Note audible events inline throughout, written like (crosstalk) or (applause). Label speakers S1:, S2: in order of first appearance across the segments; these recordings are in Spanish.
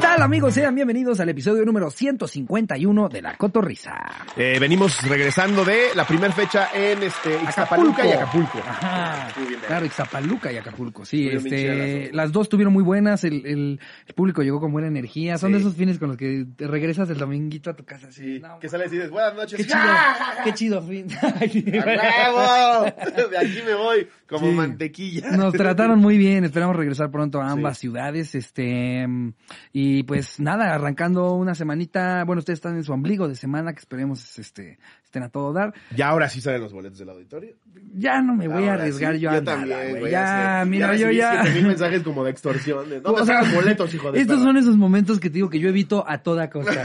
S1: tal amigos? Sean bienvenidos al episodio número 151 de La Cotorrisa.
S2: Eh, venimos regresando de la primera fecha en este, Ixtapaluca y Acapulco.
S1: Ajá.
S2: Muy bien,
S1: Claro, Ixtapaluca y Acapulco. Sí,
S2: Estuvieron bien chidas las
S1: este,
S2: dos.
S1: las dos estuvieron muy buenas, el, el- el público llegó con buena energía. Son de
S2: Sí.
S1: esos fines con los que te regresas el dominguito a tu casa así.
S2: Sí,
S1: no,
S2: que sales y dices, buenas noches. ¡Ah!
S1: qué chido, qué chido fin. (laughs)
S2: ¡A huevo! De aquí me voy como
S1: Sí.
S2: mantequilla.
S1: Nos trataron muy bien, esperamos regresar pronto a
S2: Sí.
S1: ambas ciudades, este, mm, y pues nada, arrancando una semanita, bueno, ustedes están en su ombligo de semana, que esperemos, este, estén a todo dar.
S2: Y ahora sí salen los boletos del auditorio.
S1: Ya no me voy a
S2: Ahora
S1: arriesgar
S2: sí,
S1: yo a nada,
S2: también,
S1: güey.
S2: güey,
S1: Ya,
S2: sé.
S1: mira, yo
S2: recibí
S1: ya.
S2: 7000 mensajes como de extorsiones.
S1: (laughs)
S2: No
S1: O
S2: me
S1: sea,
S2: sacan boletos, hijo de
S1: Estos
S2: perra.
S1: son esos momentos que te digo que yo evito a toda
S2: (laughs)
S1: costa.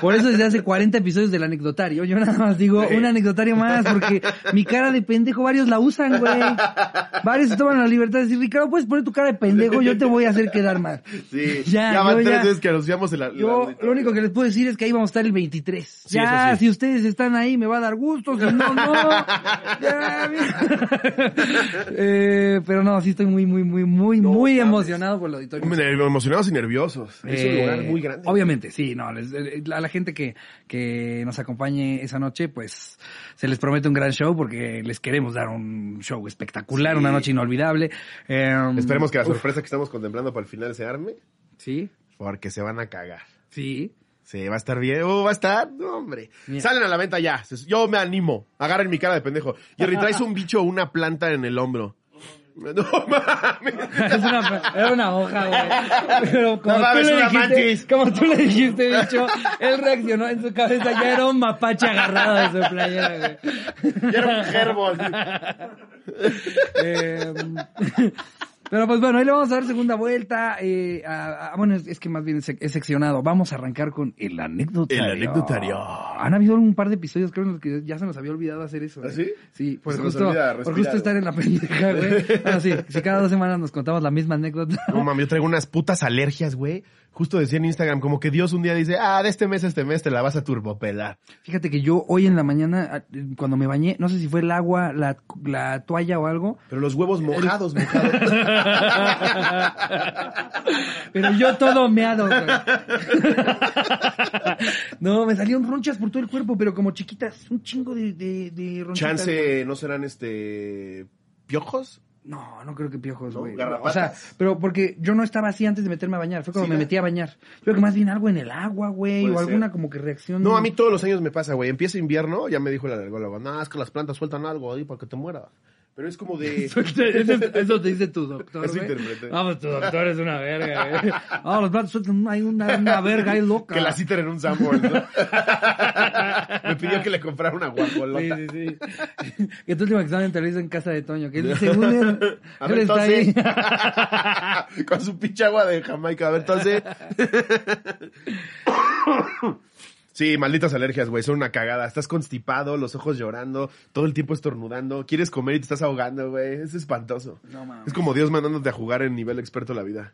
S1: Por eso desde hace 40 episodios del anecdotario, yo nada más digo
S2: Sí.
S1: un anecdotario más, porque mi cara de pendejo varios la usan, güey. Varios se toman la libertad de decir, Ricardo, puedes poner tu cara de pendejo, yo te voy a hacer quedar mal.
S2: Sí,
S1: (laughs) Ya,
S2: ya, van
S1: yo
S2: tres
S1: ya-
S2: veces que anunciamos el, el
S1: Yo
S2: auditorio.
S1: lo único que les puedo decir es que ahí vamos a estar el 23.
S2: Sí,
S1: ya,
S2: eso sí.
S1: si ustedes están ahí me va a dar gusto, si no,
S2: (laughs)
S1: no. Ya, mira. (laughs) Eh, pero no, sí estoy muy, muy, muy, muy,
S2: No
S1: muy
S2: mames.
S1: emocionado por el auditorio.
S2: Hombre, Emocionados y nerviosos. es un
S1: Eh,
S2: lugar muy grande.
S1: Obviamente, sí, no, les- eh, a la gente que, que nos acompañe esa noche, pues se les promete un gran show porque les queremos dar un show espectacular,
S2: Sí.
S1: una noche inolvidable. Em,
S2: Esperemos que la
S1: uf,
S2: sorpresa que estamos contemplando para el final se arme,
S1: Sí,
S2: porque se van a cagar.
S1: sí.
S2: Sí, va a estar bien. Uh, va a estar, no, hombre.
S1: Mira.
S2: Salen a la venta ya. Se- Yo me animo. Agarren mi cara de pendejo. Jerry, traes un bicho o una planta en el hombro. (laughs) No mames.
S1: Es una- era una hoja, güey. Pero como,
S2: No
S1: tú
S2: mames,
S1: le
S2: una
S1: dijiste,
S2: mantis.
S1: como tú le dijiste, bicho, él reaccionó en su cabeza. Ya era un mapache agarrado de su playera, güey.
S2: Ya era un gerbo. así.
S1: Eh, pero pues bueno, ahí le vamos a dar segunda vuelta. eh, a- a- bueno, es, es que más bien es seccionado. Vamos a arrancar con el anecdotario.
S2: El anecdotario.
S1: Han habido un par de episodios, creo, en los que ya se nos había olvidado hacer eso. ¿eh?
S2: ¿Ah, sí?
S1: Sí.
S2: Pues
S1: por
S2: nos
S1: justo,
S2: olvida
S1: por
S2: respirar,
S1: justo
S2: güey.
S1: estar en la pendeja, güey.
S2: (laughs)
S1: Bueno, sí, si cada dos semanas nos contamos la misma anécdota.
S2: No mames, yo traigo unas putas alergias, güey. Justo decía en Instagram, como que Dios un día dice, ah, de este mes a este mes te la vas a turbopelar.
S1: Fíjate que yo hoy en la mañana, ah, cuando me bañé, no sé si fue el agua, la, la toalla o algo,
S2: Pero los huevos mojados, mojados.
S1: Pero yo todo meado. güey. (laughs) No, me salieron ronchas por todo el cuerpo, pero como chiquitas, un chingo de, de, de ronchitas.
S2: Chance, ¿no serán este piojos?
S1: No, no creo que piojos,
S2: No,
S1: güey. o sea,
S2: garrapatas.
S1: pero porque yo no estaba así antes de meterme a bañar, fue cuando
S2: Sí,
S1: me
S2: ya.
S1: metí a bañar. Yo creo que más bien algo en el agua, güey,
S2: Puede
S1: o
S2: ser.
S1: alguna como que reacción.
S2: No, a mí todos los años me pasa, güey. Empieza invierno, ya me dijo el alergólogo, no, es que las plantas sueltan algo ahí para que te mueras. Pero es como
S1: (laughs)
S2: de...
S1: Eso, eso te dice tu doctor.
S2: Eso
S1: güey.
S2: interpreté.
S1: Vamos, tu doctor es una verga, güey. Ah, los platos sueltan, hay una, una verga ahí loca.
S2: que la citen en un Sanborn,
S1: (laughs)
S2: ¿no? me pidió que le comprara una guajolota.
S1: Sí, sí, sí. que tu último examen te lo hizo en casa de Toño, que él, según
S2: (laughs)
S1: él,
S2: A
S1: él
S2: ver,
S1: está ahí.
S2: entonces. (laughs) Con su pinche agua de Jamaica. A
S1: (laughs)
S2: ver, entonces. Sí, malditas alergias, güey, son una cagada. Estás constipado, los ojos llorando, todo el tiempo estornudando, quieres comer y te estás ahogando, güey. Es espantoso.
S1: No mames.
S2: Es como Dios mandándote a jugar en nivel experto la vida.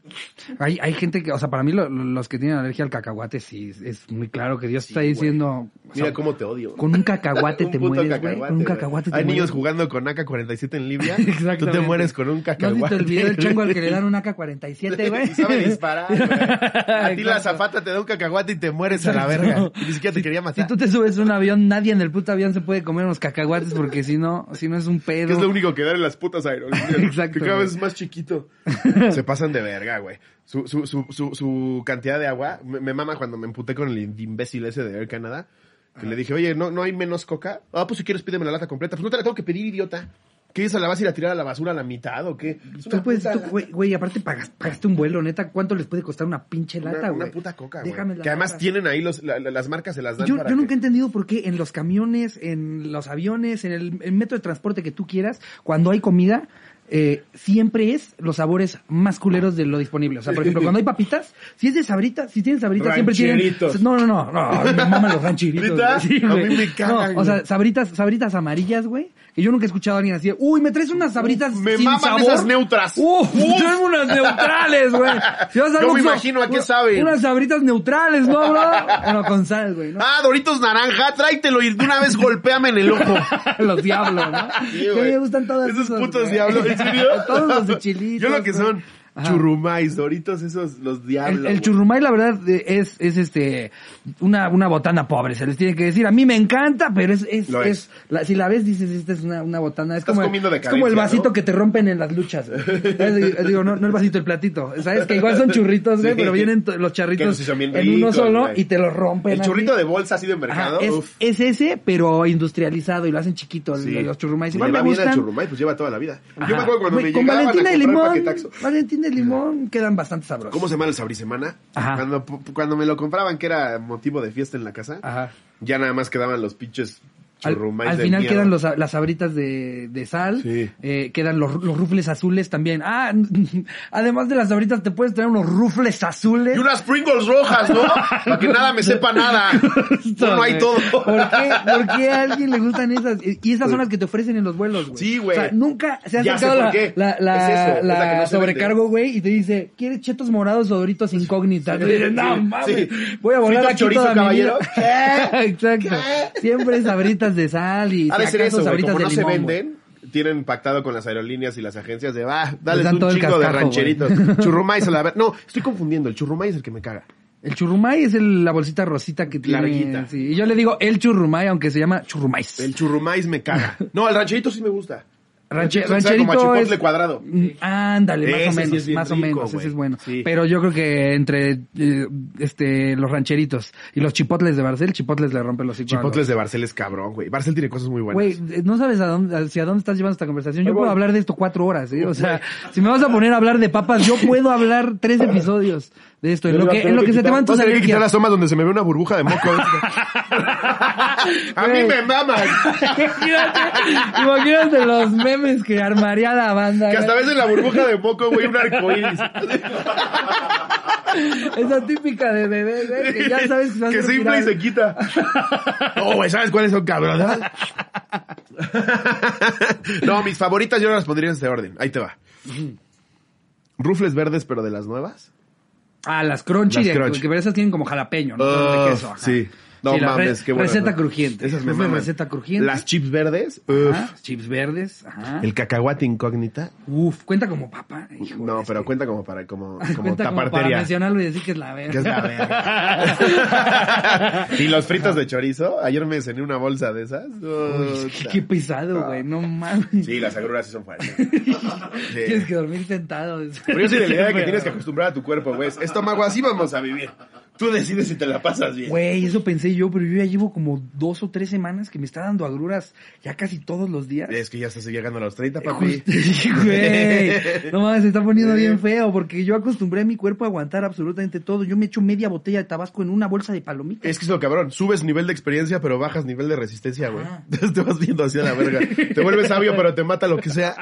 S1: Hay, hay gente que, o sea, para mí lo- lo- los que tienen alergia al cacahuate, sí, es, es muy claro que Dios está
S2: güey.
S1: diciendo... o sea,
S2: Mira cómo te odio.
S1: Con un cacahuate
S2: (laughs) Un
S1: te
S2: puto
S1: mueres, güey.
S2: cacahuate,
S1: Con un
S2: güey.
S1: cacahuate te
S2: Hay niños
S1: mueres. (laughs)
S2: jugando con AK-47 en Libia. Tú
S1: Exactamente.
S2: te mueres con un
S1: ¿No has
S2: cacahuate.
S1: visto el video del chango
S2: (laughs)
S1: al que le dan un
S2: Y
S1: AK-47,
S2: (laughs)
S1: güey?
S2: sabe disparar, güey. A ti la
S1: Exacto.
S2: zapata te da un cacahuate y te mueres a la
S1: Exacto.
S2: verga. Y ni siquiera te (laughs) quería
S1: Si
S2: matar.
S1: tú te subes a un avión, nadie en el puto avión se puede comer unos cacahuates porque si no, si no es un pedo.
S2: Que es lo único que dan en las
S1: (laughs)
S2: putas aerolíneas.
S1: Exacto,
S2: Que cada
S1: güey.
S2: vez es más chiquito.
S1: (laughs)
S2: Se pasan de verga, güey. Su, su, su, su, su cantidad de agua. Me, me mama cuando me emputé con el imbécil ese de Air Canada. Que le dije, oye, ¿no, ¿no hay menos coca? Ah, pues si quieres pídeme la lata completa. Pues no te la tengo que pedir, idiota. ¿Qué esa la vas a ir a tirar a la basura a la mitad o qué? Es
S1: Tú
S2: una
S1: puedes,
S2: puta
S1: tú,
S2: lata.
S1: güey, güey, aparte pagas- pagaste un vuelo, neta, ¿cuánto les puede costar una pinche
S2: Una-
S1: lata, güey?
S2: una, puta coca, güey.
S1: Déjame la
S2: Que además
S1: lata.
S2: tienen ahí los, la- la- las marcas, se las dan
S1: Yo,
S2: para
S1: yo
S2: que-
S1: nunca he entendido por qué en los camiones, en los aviones, en el, el metro de transporte que tú quieras, cuando hay comida, eh, siempre es los sabores más culeros de lo disponible. O sea, por ejemplo, cuando hay papitas, si es de sabritas, si tienen sabritas, siempre tienen...
S2: Rancheritos.
S1: No, no, no, no, me maman los rancheritos.
S2: ¿Neta?
S1: güey. Sí,
S2: A
S1: güey.
S2: mí me cagan,
S1: No, o sea,
S2: güey.
S1: sabritas, sabritas amarillas, güey, que yo nunca he escuchado a alguien así, uy, me traes unas sabritas
S2: Me
S1: sin
S2: maman
S1: sabor.
S2: esas neutras.
S1: Uf, (laughs)
S2: Uf.
S1: traen unas neutrales, güey. Si vas al
S2: Yo me
S1: Oxxo,
S2: imagino a qué
S1: una-
S2: saben.
S1: Unas sabritas neutrales, ¿no, bro? Bueno, con sal, güey, ¿no?
S2: Ah, Doritos naranja, tráetelo y de una vez golpéame en el
S1: (laughs)
S2: ojo.
S1: los diablos, ¿no?
S2: Sí,
S1: que
S2: güey.
S1: me gustan todas
S2: Esos
S1: esas,
S2: putos
S1: güey.
S2: diablos, ¿en serio?
S1: (laughs)
S2: (laughs)
S1: Todos los de chilitos.
S2: Yo lo que
S1: güey.
S2: son.
S1: Ajá.
S2: churrumais, doritos esos, los diablos.
S1: El, el
S2: güey.
S1: churrumay, la verdad, eh, es, es este una, una botana pobre, se les tiene que decir. A mí me encanta, pero es, es,
S2: Lo
S1: es-
S2: es.
S1: la- si la ves, dices, esta es una, una botana. Es
S2: Estás
S1: como, el-
S2: comiendo de
S1: es como el
S2: carencia,
S1: vasito
S2: ¿no?
S1: que te rompen en las
S2: (laughs)
S1: luchas. güey. Es- digo, no, no el vasito, el platito. Sabes que igual son churritos, güey,
S2: Sí.
S1: pero vienen to- los
S2: Que
S1: charritos
S2: sí son bien
S1: en uno
S2: ricos,
S1: solo
S2: güey.
S1: y te los rompen.
S2: El
S1: así.
S2: churrito de bolsa así de
S1: Ajá,
S2: mercado.
S1: es,
S2: uf.
S1: es ese, pero industrializado y lo hacen chiquito, el-
S2: Sí.
S1: los churrumais.
S2: Si
S1: Igual me
S2: le va bien al
S1: gustan.
S2: churrumay, pues lleva toda la vida.
S1: Ajá.
S2: Yo me acuerdo cuando
S1: Güey,
S2: me
S1: con
S2: llegaban a
S1: Valentina
S2: comprar
S1: y limón,
S2: paquetaxo.
S1: Valentina y limón quedan bastante sabrosos.
S2: ¿Cómo se llama el sabrisemana?
S1: Ajá.
S2: Cuando, cuando me lo compraban, que era motivo de fiesta en la casa,
S1: Ajá.
S2: ya nada más quedaban los pinches
S1: Al,
S2: churrumais
S1: al
S2: de
S1: final
S2: mierda.
S1: quedan los- las sabritas de, de sal,
S2: Sí.
S1: eh, quedan los, los rufles azules también. Ah, (laughs) además de las sabritas te puedes traer unos rufles azules.
S2: Y unas Pringles
S1: (laughs)
S2: rojas, ¿no? Para que nada me sepa nada. (laughs)
S1: Justo,
S2: Uno
S1: güey.
S2: hay todo. (laughs) Pues
S1: ¿Por qué, por qué a alguien le gustan esas? Y esas son las que te ofrecen en los vuelos, güey.
S2: Sí, güey.
S1: O sea, nunca se ha
S2: Ya sé
S1: sacado la,
S2: por qué.
S1: la, la-
S2: Es eso, es la
S1: la
S2: que no se
S1: sobrecargo, güey, y te dice, ¿quieres chetos morados o doritos incógnitas?
S2: Sí,
S1: Y dices, no,
S2: sí,
S1: mames,
S2: sí.
S1: voy a volar
S2: Frito
S1: aquí
S2: chorizo,
S1: toda mi vida".
S2: caballero. ¿Qué?
S1: (laughs) Exacto.
S2: ¿Qué?
S1: Siempre sabritas de sal y
S2: Ha de
S1: si
S2: ser
S1: acaso,
S2: eso, güey.
S1: sabritas
S2: Como
S1: de
S2: no se
S1: limón, güey.
S2: venden, tienen pactado con las aerolíneas y las agencias de, va, dale
S1: dan
S2: un
S1: todo el
S2: chingo de
S1: cascajo,
S2: rancheritos.
S1: (laughs) güey.
S2: Churrumais a la verdad. No, estoy confundiendo. El churrumais es el que me caga.
S1: El churrumay es el- la bolsita rosita que tiene.
S2: Larguita.
S1: sí. Y yo le digo el churrumay, aunque se llama churrumais.
S2: El churrumais me caga. No, el rancherito sí me gusta.
S1: Ranche-
S2: Eso sabe
S1: rancherito
S2: como a chipotle
S1: es-
S2: cuadrado.
S1: Mm, Ándale, más o
S2: Ese sí
S1: menos,
S2: es bien
S1: más o
S2: rico,
S1: menos, ese
S2: güey.
S1: es bueno.
S2: Sí.
S1: Pero yo creo que entre eh, este los rancheritos y los chipotles de Barcel, chipotles le rompen los hocico a
S2: Chipotles de Barcel es cabrón, güey. Barcel tiene cosas muy
S1: los-
S2: buenas.
S1: Güey, eh, no sabes a dónde, hacia dónde estás llevando esta conversación. Yo
S2: Ahí
S1: puedo
S2: voy.
S1: hablar de esto cuatro horas, ¿eh? O sea, si me vas a poner a hablar de papas, yo puedo hablar
S2: (laughs)
S1: tres episodios de esto. En lo que, en lo que se te van
S2: Vas
S1: tus
S2: a tener que quitar
S1: alergias.
S2: las tomas donde se me ve una burbuja de
S1: (laughs)
S2: moco. a mí
S1: Güey.
S2: me maman.
S1: (laughs) Imagínate, imagínate los memes que armaría la banda.
S2: Que hasta ves en la burbuja de moco, güey, un arcoíris.
S1: Esa típica de bebé, güey, que ya sabes que se va a
S2: (laughs) Que
S1: hacer
S2: se infla y
S1: viral. (laughs)
S2: se quita. No, güey, ¿sabes cuáles son cabronas? (laughs) No, mis favoritas yo no las pondría en ese orden. Ahí te va. Rufles verdes, pero de las nuevas.
S1: Ah, las crunchy,
S2: Las
S1: de,
S2: crunchy.
S1: que pero esas tienen como jalapeño, ¿no?
S2: Ah,
S1: de queso, ajá.
S2: sí. No
S1: Sí, la re-
S2: mames, qué bueno.
S1: Receta crujiente.
S2: Esas me
S1: Rufles
S2: maman.
S1: Receta crujiente.
S2: Las chips verdes. Uf.
S1: Ajá, Chips verdes. Ajá.
S2: El cacahuate incógnita.
S1: Uf, cuenta como papa. Hijo,
S2: No,
S1: es (laughs)
S2: pero
S1: que-
S2: cuenta como para como, como
S1: cuenta como para
S2: tapartería.
S1: mencionarlo y decir que es la verga.
S2: Que es la
S1: (laughs)
S2: verga. (laughs) y los fritos de chorizo. Ayer me cené una bolsa de esas.
S1: Uy, (laughs) qué,
S2: Puta.
S1: qué pesado, güey. No mames.
S2: Ah.
S1: (laughs)
S2: Sí, las agruras sí son fuertes.
S1: Tienes que dormir sentado.
S2: Pero yo soy de la idea de que tienes
S1: (laughs)
S2: que acostumbrar a tu cuerpo, güey. Estómago, así vamos a vivir. Tú decides si te la pasas bien.
S1: Güey, eso pensé yo, pero yo ya llevo como dos o tres semanas que me está dando agruras ya casi todos los días.
S2: Es que ya estás llegando a los 30, papi.
S1: Eh, Justo, sí,
S2: (laughs)
S1: güey. No mames, se está poniendo bien feo porque yo acostumbré a mi cuerpo a aguantar absolutamente todo. Yo me echo media botella de tabasco en una bolsa de palomitas.
S2: (laughs) Es que es lo cabrón. Subes nivel de experiencia, pero bajas nivel de resistencia, güey.
S1: Ajá.
S2: Entonces te vas viendo hacia la verga. Te vuelves sabio, pero te mata lo
S1: (laughs)
S2: que sea.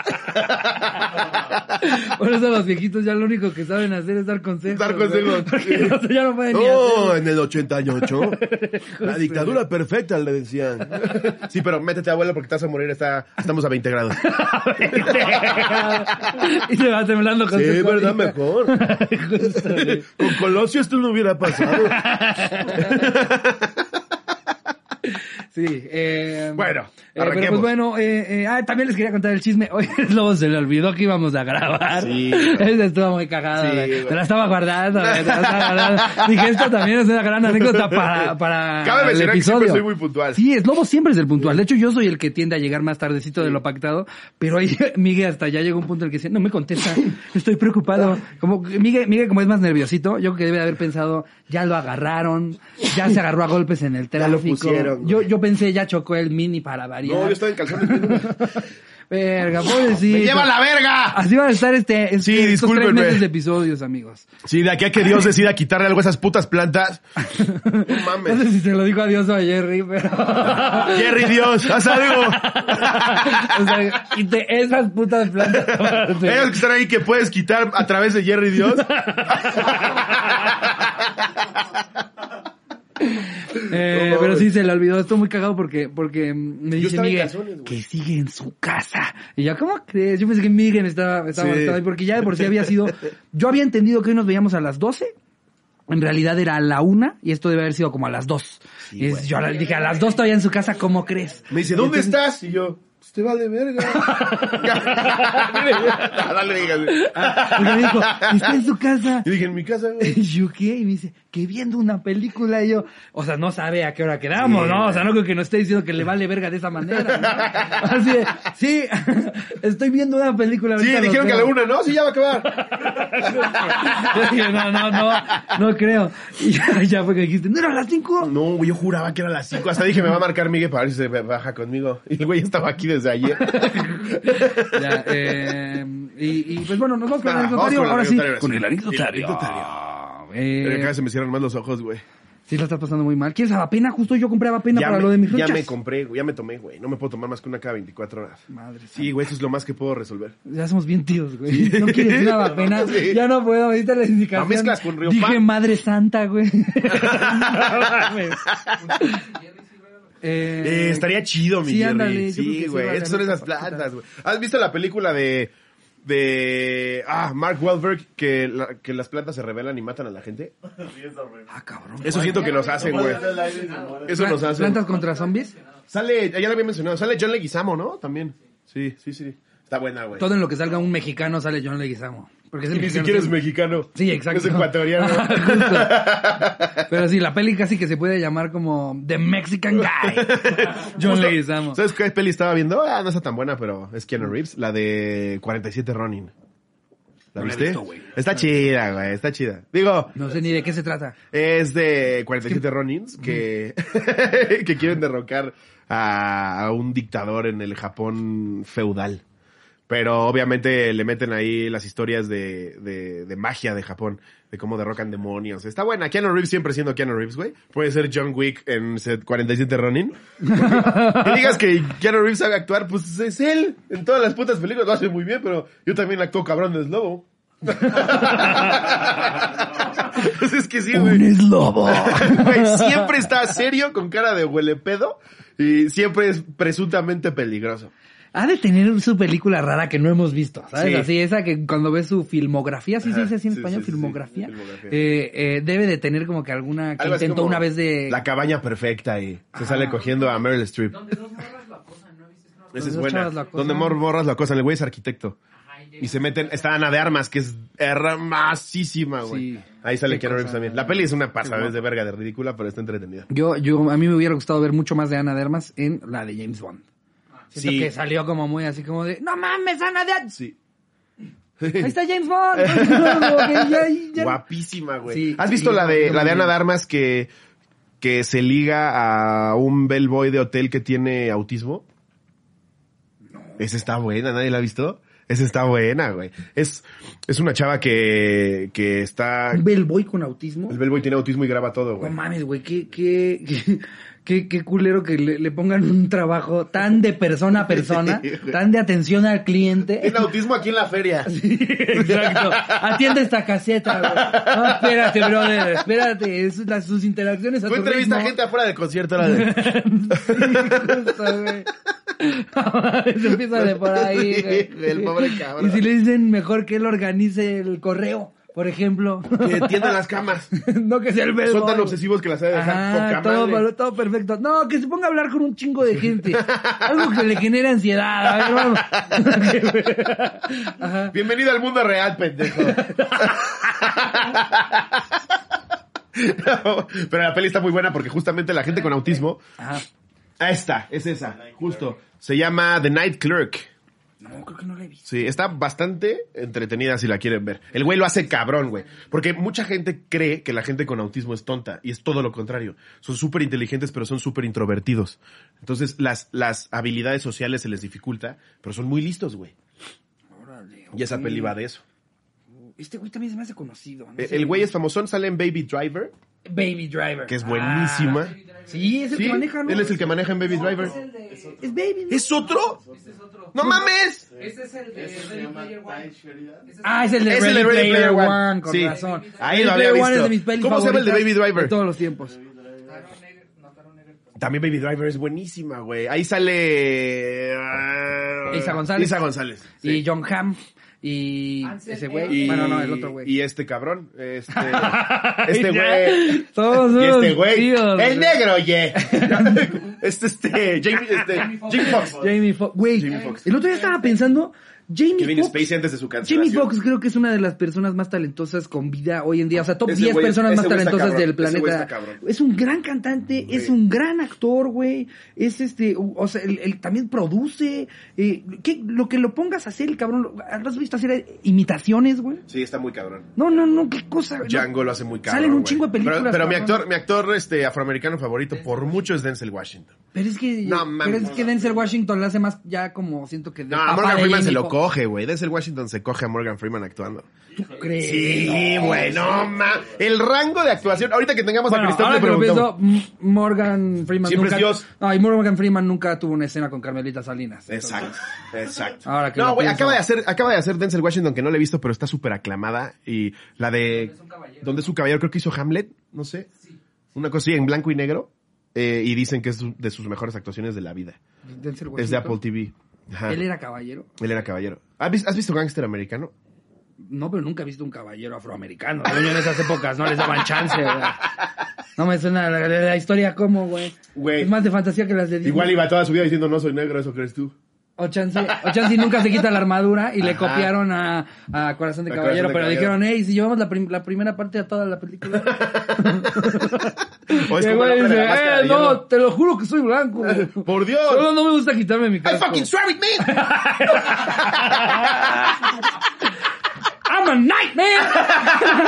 S1: Por eso los viejitos ya lo único que saben hacer es dar consejos.
S2: Dar
S1: güey.
S2: consejos.
S1: (laughs) Porque
S2: Oh.
S1: no sé, ya no pueden ni
S2: No,
S1: hacer.
S2: en el
S1: (laughs)
S2: 88. la dictadura perfecta, le decían. Sí, pero métete, abuelo, porque te vas a morir. Está, estamos a 20 grados.
S1: (laughs) y se va temblando con
S2: Sí,
S1: su colita.
S2: verdad, mejor. (laughs)
S1: Justo, güey.
S2: Con Colosio esto no hubiera pasado.
S1: Sí, eh,
S2: Bueno,
S1: eh, pero pues
S2: arranquemos.
S1: bueno, eh, eh, ah, también les quería contar el chisme. (laughs) Hoy el lobo se le olvidó que íbamos a grabar. (laughs)
S2: Sí, güey.
S1: Esa estuvo muy cagada.
S2: Sí,
S1: güey.
S2: güey.
S1: te la estaba guardando. güey, te la estaba guardando. Dije, esto también es una gran anécdota para, para
S2: Cabe
S1: el
S2: mencionar que
S1: episodio.
S2: siempre soy muy puntual.
S1: Sí, el lobo siempre es el puntual. De hecho, yo soy el que tiende a llegar más tardecito de lo pactado. Pero ahí (laughs) Miguel hasta ya llegó un punto en el que dice, no me contesta, estoy preocupado. Como que Miguel, Miguel como es más nerviosito, yo creo que debe de haber pensado, ya lo agarraron, ya se agarró a golpes en el
S2: Ya lo
S1: tráfico.
S2: pusieron,
S1: Yo, yo pensé, ya chocó el mini para variar.
S2: (laughs) No, yo estaba en calzones.
S1: (laughs) Verga, pobrecito.
S2: ¡Me lleva la verga!
S1: Así van a estar este, este
S2: Sí,
S1: estos tres
S2: discúlpenme.
S1: meses de episodios, amigos.
S2: Sí, de aquí a que Dios decida quitarle algo a esas putas (laughs) plantas. No mames.
S1: No sé si se lo dijo adiós a Jerry, pero...
S2: Jerry, Dios, haz algo.
S1: (laughs) o sea, quite esas putas
S2: (laughs)
S1: plantas.
S2: Ellos que están ahí que puedes quitar a través de Jerry, Dios.
S1: Eh,
S2: No,
S1: pero
S2: mames.
S1: sí, se le olvidó. Estoy muy cagado porque, porque me dice
S2: estaba en
S1: Miguel
S2: calzones, güey.
S1: que sigue en su casa. Y yo, ¿cómo crees? Yo pensé que Miguel estaba, estaba,
S2: Sí.
S1: estaba ahí porque ya de por sí había sido... Yo había entendido que hoy nos veíamos a las 12. En realidad era a la una y esto debe haber sido como a las dos.
S2: Sí,
S1: y es-
S2: güey. (laughs)
S1: yo le dije, a las dos todavía en su casa, ¿cómo crees?
S2: Me dice, ¿dónde
S1: Entonces,
S2: estás? Y yo, pues te vale verga. (laughs) Dale, dígale.
S1: Porque me dijo, está en su casa.
S2: Y dije, en mi casa, güey.
S1: Y yo, ¿qué? Y me dice, que viendo una película. Y yo, o sea, no sabe a qué hora quedamos,
S2: Sí.
S1: ¿no? O sea, no creo que nos esté diciendo que le vale verga de esa manera,
S2: (laughs)
S1: ¿no? Así de, sí, (laughs) estoy viendo una película.
S2: Sí,
S1: ahorita lo
S2: dijeron que a la
S1: veo".
S2: una, ¿no? Sí, ya va a acabar.
S1: (laughs) Yo dije, no, no, no, no creo. Y ya, (laughs) ya fue que dijiste, no era a las cinco.
S2: No, güey, yo juraba que era a las cinco. Hasta dije, me va a marcar Miguel para ver si se baja conmigo. Y el güey estaba aquí
S1: (laughs)
S2: desde ayer.
S1: Ya, eh, y, y, pues bueno, nos vamos con el
S2: Ah, vamos
S1: anecdotario.
S2: con el
S1: Ahora sí,
S2: anecdotario.
S1: con el anecdotario.
S2: El
S1: Eh,
S2: Pero cada vez se me cierran más los ojos, güey.
S1: sí, la estás pasando muy mal. ¿Quieres avapena? Justo yo compré avapena para
S2: me,
S1: lo de mis
S2: ya
S1: luchas.
S2: me compré, güey, ya me tomé, güey. No me puedo tomar más que una cada 24 horas.
S1: Madre
S2: Sí, güey, eso es lo más que puedo resolver.
S1: Ya somos bien tíos, güey. No quieres una
S2: (laughs)
S1: vapena.
S2: Sí.
S1: Ya no puedo, ahorita la indicación.
S2: No mezclas con Río
S1: Dije
S2: Pan.
S1: madre santa,
S2: (laughs)
S1: güey. No mames.
S2: Eh, estaría chido, mi
S1: sí,
S2: Jerry.
S1: ándale, yo creo que
S2: sí,
S1: sí,
S2: güey.
S1: vale,
S2: Estas son
S1: no
S2: esas
S1: te preocupes.
S2: plantas, güey. ¿Has visto la película de. de. Ah, Mark Wahlberg, que, la- que las plantas se rebelan y matan a la gente?
S1: Ah, cabrón.
S2: Eso siento que nos hacen, güey. Eso nos hacen.
S1: ¿Plantas contra zombies?
S2: Sale, ya lo había mencionado, sale John Leguizamo, ¿no? También. Sí, sí, sí. Está buena, güey.
S1: Todo en lo que salga un mexicano sale John Leguizamo. Porque es el
S2: Y ni
S1: mexicano
S2: siquiera es
S1: que-
S2: mexicano.
S1: Sí, exacto. Ah,
S2: Es ecuatoriano.
S1: (laughs) Justo.
S2: (laughs)
S1: Pero sí, la peli casi que se puede llamar como The Mexican Guy.
S2: (laughs)
S1: John
S2: Justo,
S1: Leguizamo.
S2: ¿Sabes qué peli estaba viendo? Ah, no está tan buena, pero es Keanu Reeves. La de 47 Ronin.
S1: No la
S2: ¿La
S1: he
S2: viste?
S1: visto, güey.
S2: está chida, güey. Está chida. Digo,
S1: No sé ni de qué se trata.
S2: es de 47 Ronins que, (laughs) que quieren derrocar a, a un dictador en el Japón feudal. Pero obviamente le meten ahí las historias de, de, de magia de Japón, de cómo derrocan demonios. Está buena. Keanu Reeves siempre siendo Keanu Reeves, güey. Puede ser John Wick en set 47 Ronin. No digas (laughs) que Keanu Reeves sabe actuar, pues es él. En todas las putas películas lo hace muy bien, pero yo también actúo cabrón de Slobo. (laughs) pues es que sí,
S1: Un
S2: güey.
S1: es lobo.
S2: (laughs) Güey, siempre está serio, con cara de huele pedo, y siempre es presuntamente peligroso.
S1: Ha de tener su película rara que no hemos visto, ¿sabes?
S2: Sí.
S1: Así, esa que cuando ves su filmografía, sí, sí,
S2: Ajá,
S1: dice así en
S2: sí,
S1: español,
S2: sí, sí,
S1: filmografía,
S2: sí, filmografía.
S1: Eh, eh, debe de tener como que alguna que
S2: Algo así
S1: intentó
S2: como
S1: una vez de...
S2: La cabaña perfecta y se sale cogiendo a Meryl Streep. Donde dos morras la cosa, ¿no? Esa
S1: Donde
S2: es
S1: dos
S2: buena.
S1: chavas la acosan.
S2: Donde mor- morras la cosa, el güey es arquitecto. Y se meten, está Ana de Armas, que es hermosísima, güey.
S1: Sí.
S2: Ahí sale
S1: Qué
S2: Keanu Reeves
S1: cosa.
S2: también. La peli es una pasada es de verga, de ridícula, pero está entretenida.
S1: Yo, yo, a mí me hubiera gustado ver mucho más de Ana de Armas en la de James Bond. Siento
S2: Sí.
S1: que salió como muy así como de, no mames, Ana de Armas.
S2: Sí.
S1: Ahí está James
S2: (laughs)
S1: Bond. (laughs) Como que ya- ya-
S2: Guapísima, güey.
S1: Sí,
S2: ¿Has visto
S1: sí,
S2: la de
S1: no,
S2: la de
S1: no,
S2: Ana
S1: no.
S2: de Armas que, que se liga a un bellboy de hotel que tiene autismo? Esa está buena, ¿nadie la ha visto? Esa está buena, güey. Es, es una chava que, que está...
S1: Un bellboy con autismo.
S2: El bellboy tiene autismo y graba todo,
S1: No
S2: güey.
S1: mames, güey, qué, qué, qué, qué, qué culero que le, le pongan un trabajo tan de persona a persona,
S2: Sí, güey.
S1: tan de atención al cliente.
S2: Tiene autismo aquí en la feria.
S1: (laughs) Exacto. Atiende esta caseta, güey. No, espérate, brother, espérate. Es la- sus interacciones a
S2: Tú
S1: tu
S2: entrevista a
S1: ritmo.
S2: gente afuera del concierto, era de...
S1: (laughs) Sí, justo, güey. (laughs) Se empieza de por ahí, güey.
S2: Sí, el pobre cabrón.
S1: Y si le dicen mejor que él organice el correo, por ejemplo.
S2: Que tiendan las camas.
S1: (laughs) no que sea el
S2: Son tan
S1: bellboy.
S2: obsesivos que las sabe dejar
S1: Ajá,
S2: poca
S1: todo,
S2: madre.
S1: per- todo perfecto. No, que se ponga a hablar con un chingo de
S2: (laughs)
S1: gente. Algo que le genera ansiedad. A ver, vamos. Ajá.
S2: Bienvenido al mundo real, pendejo. No, pero la peli está muy buena porque justamente la gente con autismo.
S1: Ajá.
S2: Ah, esta, es esa, justo. Se llama The Night Clerk.
S1: No, creo que no la he visto.
S2: Sí, está bastante entretenida si la quieren ver. El güey lo hace cabrón, güey. Porque mucha gente cree que la gente con autismo es tonta y es todo lo contrario. Son súper inteligentes pero son súper introvertidos. Entonces las, las habilidades sociales se les dificulta, pero son muy listos, güey.
S1: Órale,
S2: Y esa
S1: ok.
S2: peli va de eso.
S1: Este güey también se me hace conocido. no
S2: Eh,
S1: sé.
S2: El güey es famosón, sale en Baby Driver,
S1: Baby Driver.
S2: que es buenísima.
S1: Ah. Sí, es el
S2: Sí,
S1: que maneja, ¿no?
S2: él es el que maneja en Baby Driver.
S1: Es Baby. ¿no?
S2: ¿Es otro?
S3: Este es otro.
S2: ¡No mames!
S3: Este es el de Ready Player One. Ese es
S1: Ah, es el de
S2: Es
S1: Ready
S2: el de Ready
S1: Player,
S2: Player
S1: One,
S2: One,
S1: con
S2: sí.
S1: razón.
S2: Ahí
S1: Ready
S2: lo había
S1: Player One
S2: visto.
S1: es de mis pelis
S2: ¿Cómo se llama el de
S1: favoritas
S2: Baby Driver?
S1: De todos los tiempos.
S3: Taron Eger- no, Taron Eger.
S2: También Baby Driver es buenísima, güey. Ahí sale... ah,
S1: Isa González.
S2: Isa González. sí.
S1: Y John Hamm. y
S3: Ansel
S1: ese güey.
S2: Y,
S1: Bueno, no, el otro güey.
S2: y este cabrón,
S1: (laughs)
S2: este, este güey,
S1: Todos
S2: y este
S1: unos
S2: güey,
S1: tíos.
S2: el negro, ye. (laughs) este, este, Jamie, este,
S3: Jamie Foxx.
S2: Jim Fox.
S1: Jamie Foxx. Güey,
S2: Jamie Foxx.
S1: el otro día estaba pensando, Jamie
S2: Kevin
S1: Foxx.
S2: Spacey antes de su cancelación.
S1: Jamie Foxx creo que es una de las personas más talentosas con vida hoy en día. O sea, top
S2: Ese
S1: 10
S2: güey-
S1: personas
S2: ese
S1: más
S2: güey está
S1: talentosas
S2: cabrón,
S1: del
S2: ese güey está
S1: planeta.
S2: cabrón.
S1: Es un gran cantante,
S2: Güey.
S1: es un gran actor, güey. Es este, o sea, él, él también produce. Eh, ¿qué- lo que lo pongas a hacer, el cabrón, ¿lo has visto hacer imitaciones, güey?
S2: Sí, está muy cabrón.
S1: No, no, no, qué cosa. güey.
S2: Django lo hace muy cabrón.
S1: Salen un
S2: güey.
S1: chingo de películas.
S2: Pero, pero mi
S1: cabrón.
S2: actor, mi actor este, afroamericano favorito por mucho es Denzel Washington.
S1: Pero es que,
S2: No, mames.
S1: pero es que Denzel Washington lo hace más ya como siento que. de
S2: No,
S1: papá
S2: a Morgan
S1: de
S2: Freeman
S1: Jamie
S2: se lo
S1: Foxx.
S2: coge, güey. Denzel Washington se coge a Morgan Freeman actuando.
S1: ¿Tú crees?
S2: Sí, güey, no mames. El rango de actuación, ahorita que tengamos a
S1: Bueno,
S2: Cristóbal
S1: ahora
S2: le
S1: que lo
S2: preguntamos.
S1: pienso, M- Morgan Freeman
S2: Siempre
S1: nunca...
S2: es Dios.
S1: No, y Morgan Freeman nunca tuvo una escena con Carmelita Salinas.
S2: Exacto, exacto.
S1: Ahora que
S2: no,
S1: lo
S2: güey,
S1: pienso.
S2: acaba de hacer, acaba de hacer Denzel Washington que no le he visto, pero está súper aclamada y la de
S3: es un caballero.
S2: donde es un caballero, creo que hizo Hamlet, no sé,
S3: Sí.
S2: una cosa así, en blanco y negro eh, y dicen que es de sus mejores actuaciones de la vida.
S1: Entonces, Denzel
S2: Es de
S1: Washington,
S2: Apple TV. Ajá.
S1: Él era caballero.
S2: Él era caballero. ¿Has vis- has visto Gangster Americano?
S1: No, pero nunca he visto un caballero afroamericano. Coño, en esas épocas no les daban chance, güey. No me suena la, la- la historia como, güey.
S2: Güey.
S1: Es más de fantasía que las de Disney.
S2: Igual iba toda su vida diciendo no soy negro, eso crees (laughs) tú.
S1: O chance, o chance y nunca se quita la armadura y le
S2: Ajá.
S1: copiaron a, a Corazón de Caballero,
S2: A Corazón de
S1: pero
S2: Caballero.
S1: dijeron, hey, si llevamos la, prim- la primera parte a toda la
S2: (laughs)
S1: película.
S2: O es
S1: Y el
S2: como el
S1: güey
S2: hombre de
S1: dice,
S2: la máscara
S1: eh,
S2: de
S1: no,
S2: hielo.
S1: te lo juro que soy blanco.
S2: Por Dios.
S1: Solo no me gusta quitarme mi
S2: I
S1: casco.
S2: fucking swear with me.
S1: I'm a night man.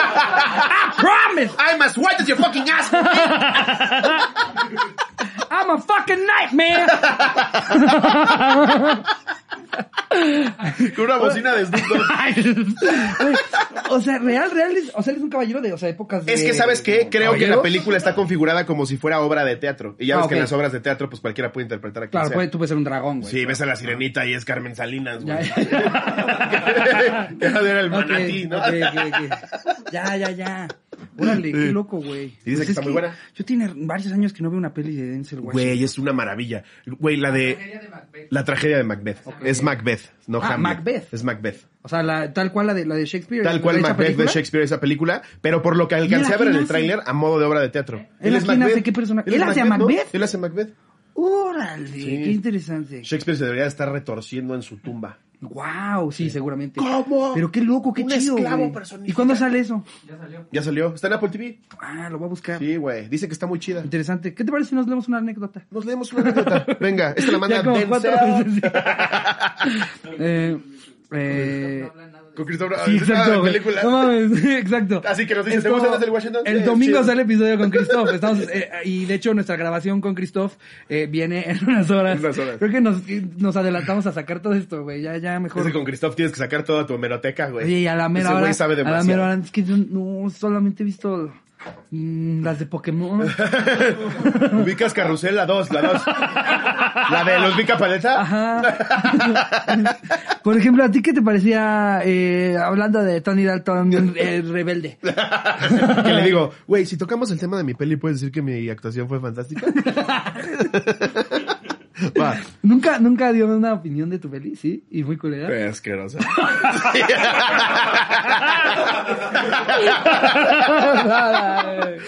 S1: I promise.
S2: I'm as white as your fucking ass.
S1: I'm a fucking night
S2: (laughs)
S1: man.
S2: (laughs) Con una bocina de Snoop Dogg.
S1: o sea, real, real. es- o sea, eres un caballero de, o sea, épocas de...
S2: Es que, ¿sabes qué? Creo que
S1: ¿Caballeros?
S2: la película está configurada como si fuera obra de teatro. Y ya
S1: Ah,
S2: ves
S1: ok.
S2: que en las obras de teatro, pues cualquiera puede interpretar a quien
S1: Claro,
S2: sea.
S1: puede, tú puedes ser un dragón, güey.
S2: Sí, ves a la sirenita y es Carmen Salinas,
S1: Ya, (laughs)
S2: güey.
S1: ya.
S2: Que era (laughs)
S1: Ok,
S2: el manatí, ¿no?
S1: ok, ok, ok. Ya, ya, ya. Órale, qué loco, güey. Pues
S2: Y dice que
S1: es
S2: está muy buena.
S1: Yo tiene varios años que no veo una peli de Denzel Washington.
S2: Güey, es una maravilla. Güey, la de...
S3: Tragedia de Macbeth.
S2: La tragedia de Macbeth. Es Macbeth, no
S1: Ah,
S2: Hamlet.
S1: Macbeth.
S2: Es Macbeth.
S1: O sea, la, tal cual la de, la de Shakespeare.
S2: Tal cual
S1: ¿Esa
S2: Macbeth
S1: película?
S2: de Shakespeare esa película, pero por lo que alcancé
S1: ¿Y él
S2: a
S1: a
S2: ver en
S1: quién
S2: el
S1: hace?
S2: tráiler a modo de obra de teatro.
S1: ¿Él a
S2: es
S1: quién
S2: Macbeth.
S1: hace? ¿Qué personaje?
S2: es
S1: ¿Él hace a
S2: ¿no?
S1: Macbeth?
S2: Él hace Macbeth.
S1: Órale,
S2: Sí.
S1: qué interesante.
S2: Shakespeare se debería estar retorciendo en su tumba.
S1: Wow, sí, seguramente.
S2: ¿Cómo?
S1: Pero qué loco, qué
S2: Un
S1: chido,
S2: esclavo
S1: güey. ¿Y
S2: personificado.
S1: cuándo sale eso?
S3: Ya salió.
S2: Ya salió. Está en Apple TV.
S1: Ah, lo voy a buscar.
S2: Sí, güey. Dice que está muy chida.
S1: Interesante. ¿Qué te parece si nos leemos una anécdota?
S2: Nos leemos una anécdota. Venga, esta la manda
S1: Ya como cuatro
S2: Denzel.
S1: veces.
S2: (laughs)
S1: eh, eh,
S2: Con Christopher
S1: Sí,
S2: Ah, la
S1: exacto. güey.
S2: película.
S1: No mames, (laughs) sí, exacto.
S2: Así que nos dicen,
S1: Es
S2: ¿te gusta
S1: como-
S2: más el Washington?
S1: El
S2: Sí,
S1: domingo
S2: chido.
S1: sale episodio con Christoph. Estamos, eh, y de hecho, nuestra grabación con Christoph eh, viene en unas horas.
S2: En unas horas.
S1: Creo que nos, nos adelantamos a sacar todo esto, güey. Ya, ya
S2: Es que
S1: mejor.
S2: con Christoph tienes que sacar toda tu hemeroteca, güey.
S1: Sí, a la mera
S2: Ese
S1: hora.
S2: güey sabe
S1: a la
S2: demasiado.
S1: mera hora. Es que yo no solamente he visto mm, las de
S2: (laughs)
S1: Pokémon.
S2: Ubicas Carrusel, la 2,
S1: (laughs)
S2: la 2. la de los Vica Paleta.
S1: Ajá. Por ejemplo, ¿a ti qué te parecía, eh, hablando de Tony Dalton, eh, rebelde?
S2: que le digo, güey, si tocamos el tema de mi peli, ¿puedes decir que mi actuación fue fantástica? Va.
S1: Nunca, nunca dio una opinión de tu peli, ¿sí? Y muy culera. (laughs)
S2: Qué asquerosa.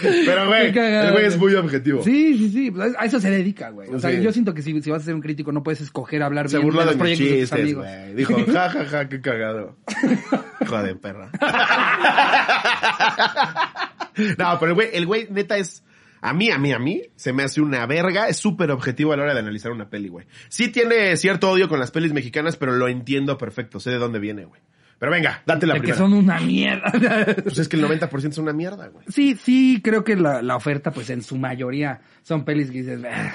S2: Pero, güey,
S1: Qué cagado,
S2: el güey es muy objetivo.
S1: Sí, sí, sí. pues, A eso se dedica, güey. O sea,
S2: Sí.
S1: yo siento que si, si vas a ser un crítico no puedes escoger hablar
S2: Se
S1: bien
S2: burló de
S1: los
S2: mis
S1: proyectos de tus
S2: chistes,
S1: amigos. (laughs)
S2: güey. Dijo, ja, ja, ja, qué cagado. Hijo de perra. no, pero el güey, el güey neta es... A mí, a mí, a mí, se me hace una verga. Es súper objetivo a la hora de analizar una peli, güey. Sí tiene cierto odio con las pelis mexicanas, pero lo entiendo perfecto. Sé de dónde viene, güey. Pero venga, date la
S1: De que
S2: primera.
S1: son una mierda. (laughs)
S2: Pues es que el 90% es una mierda, güey.
S1: sí, sí, creo que la, la oferta, pues en su mayoría, son pelis que dices, "Ah,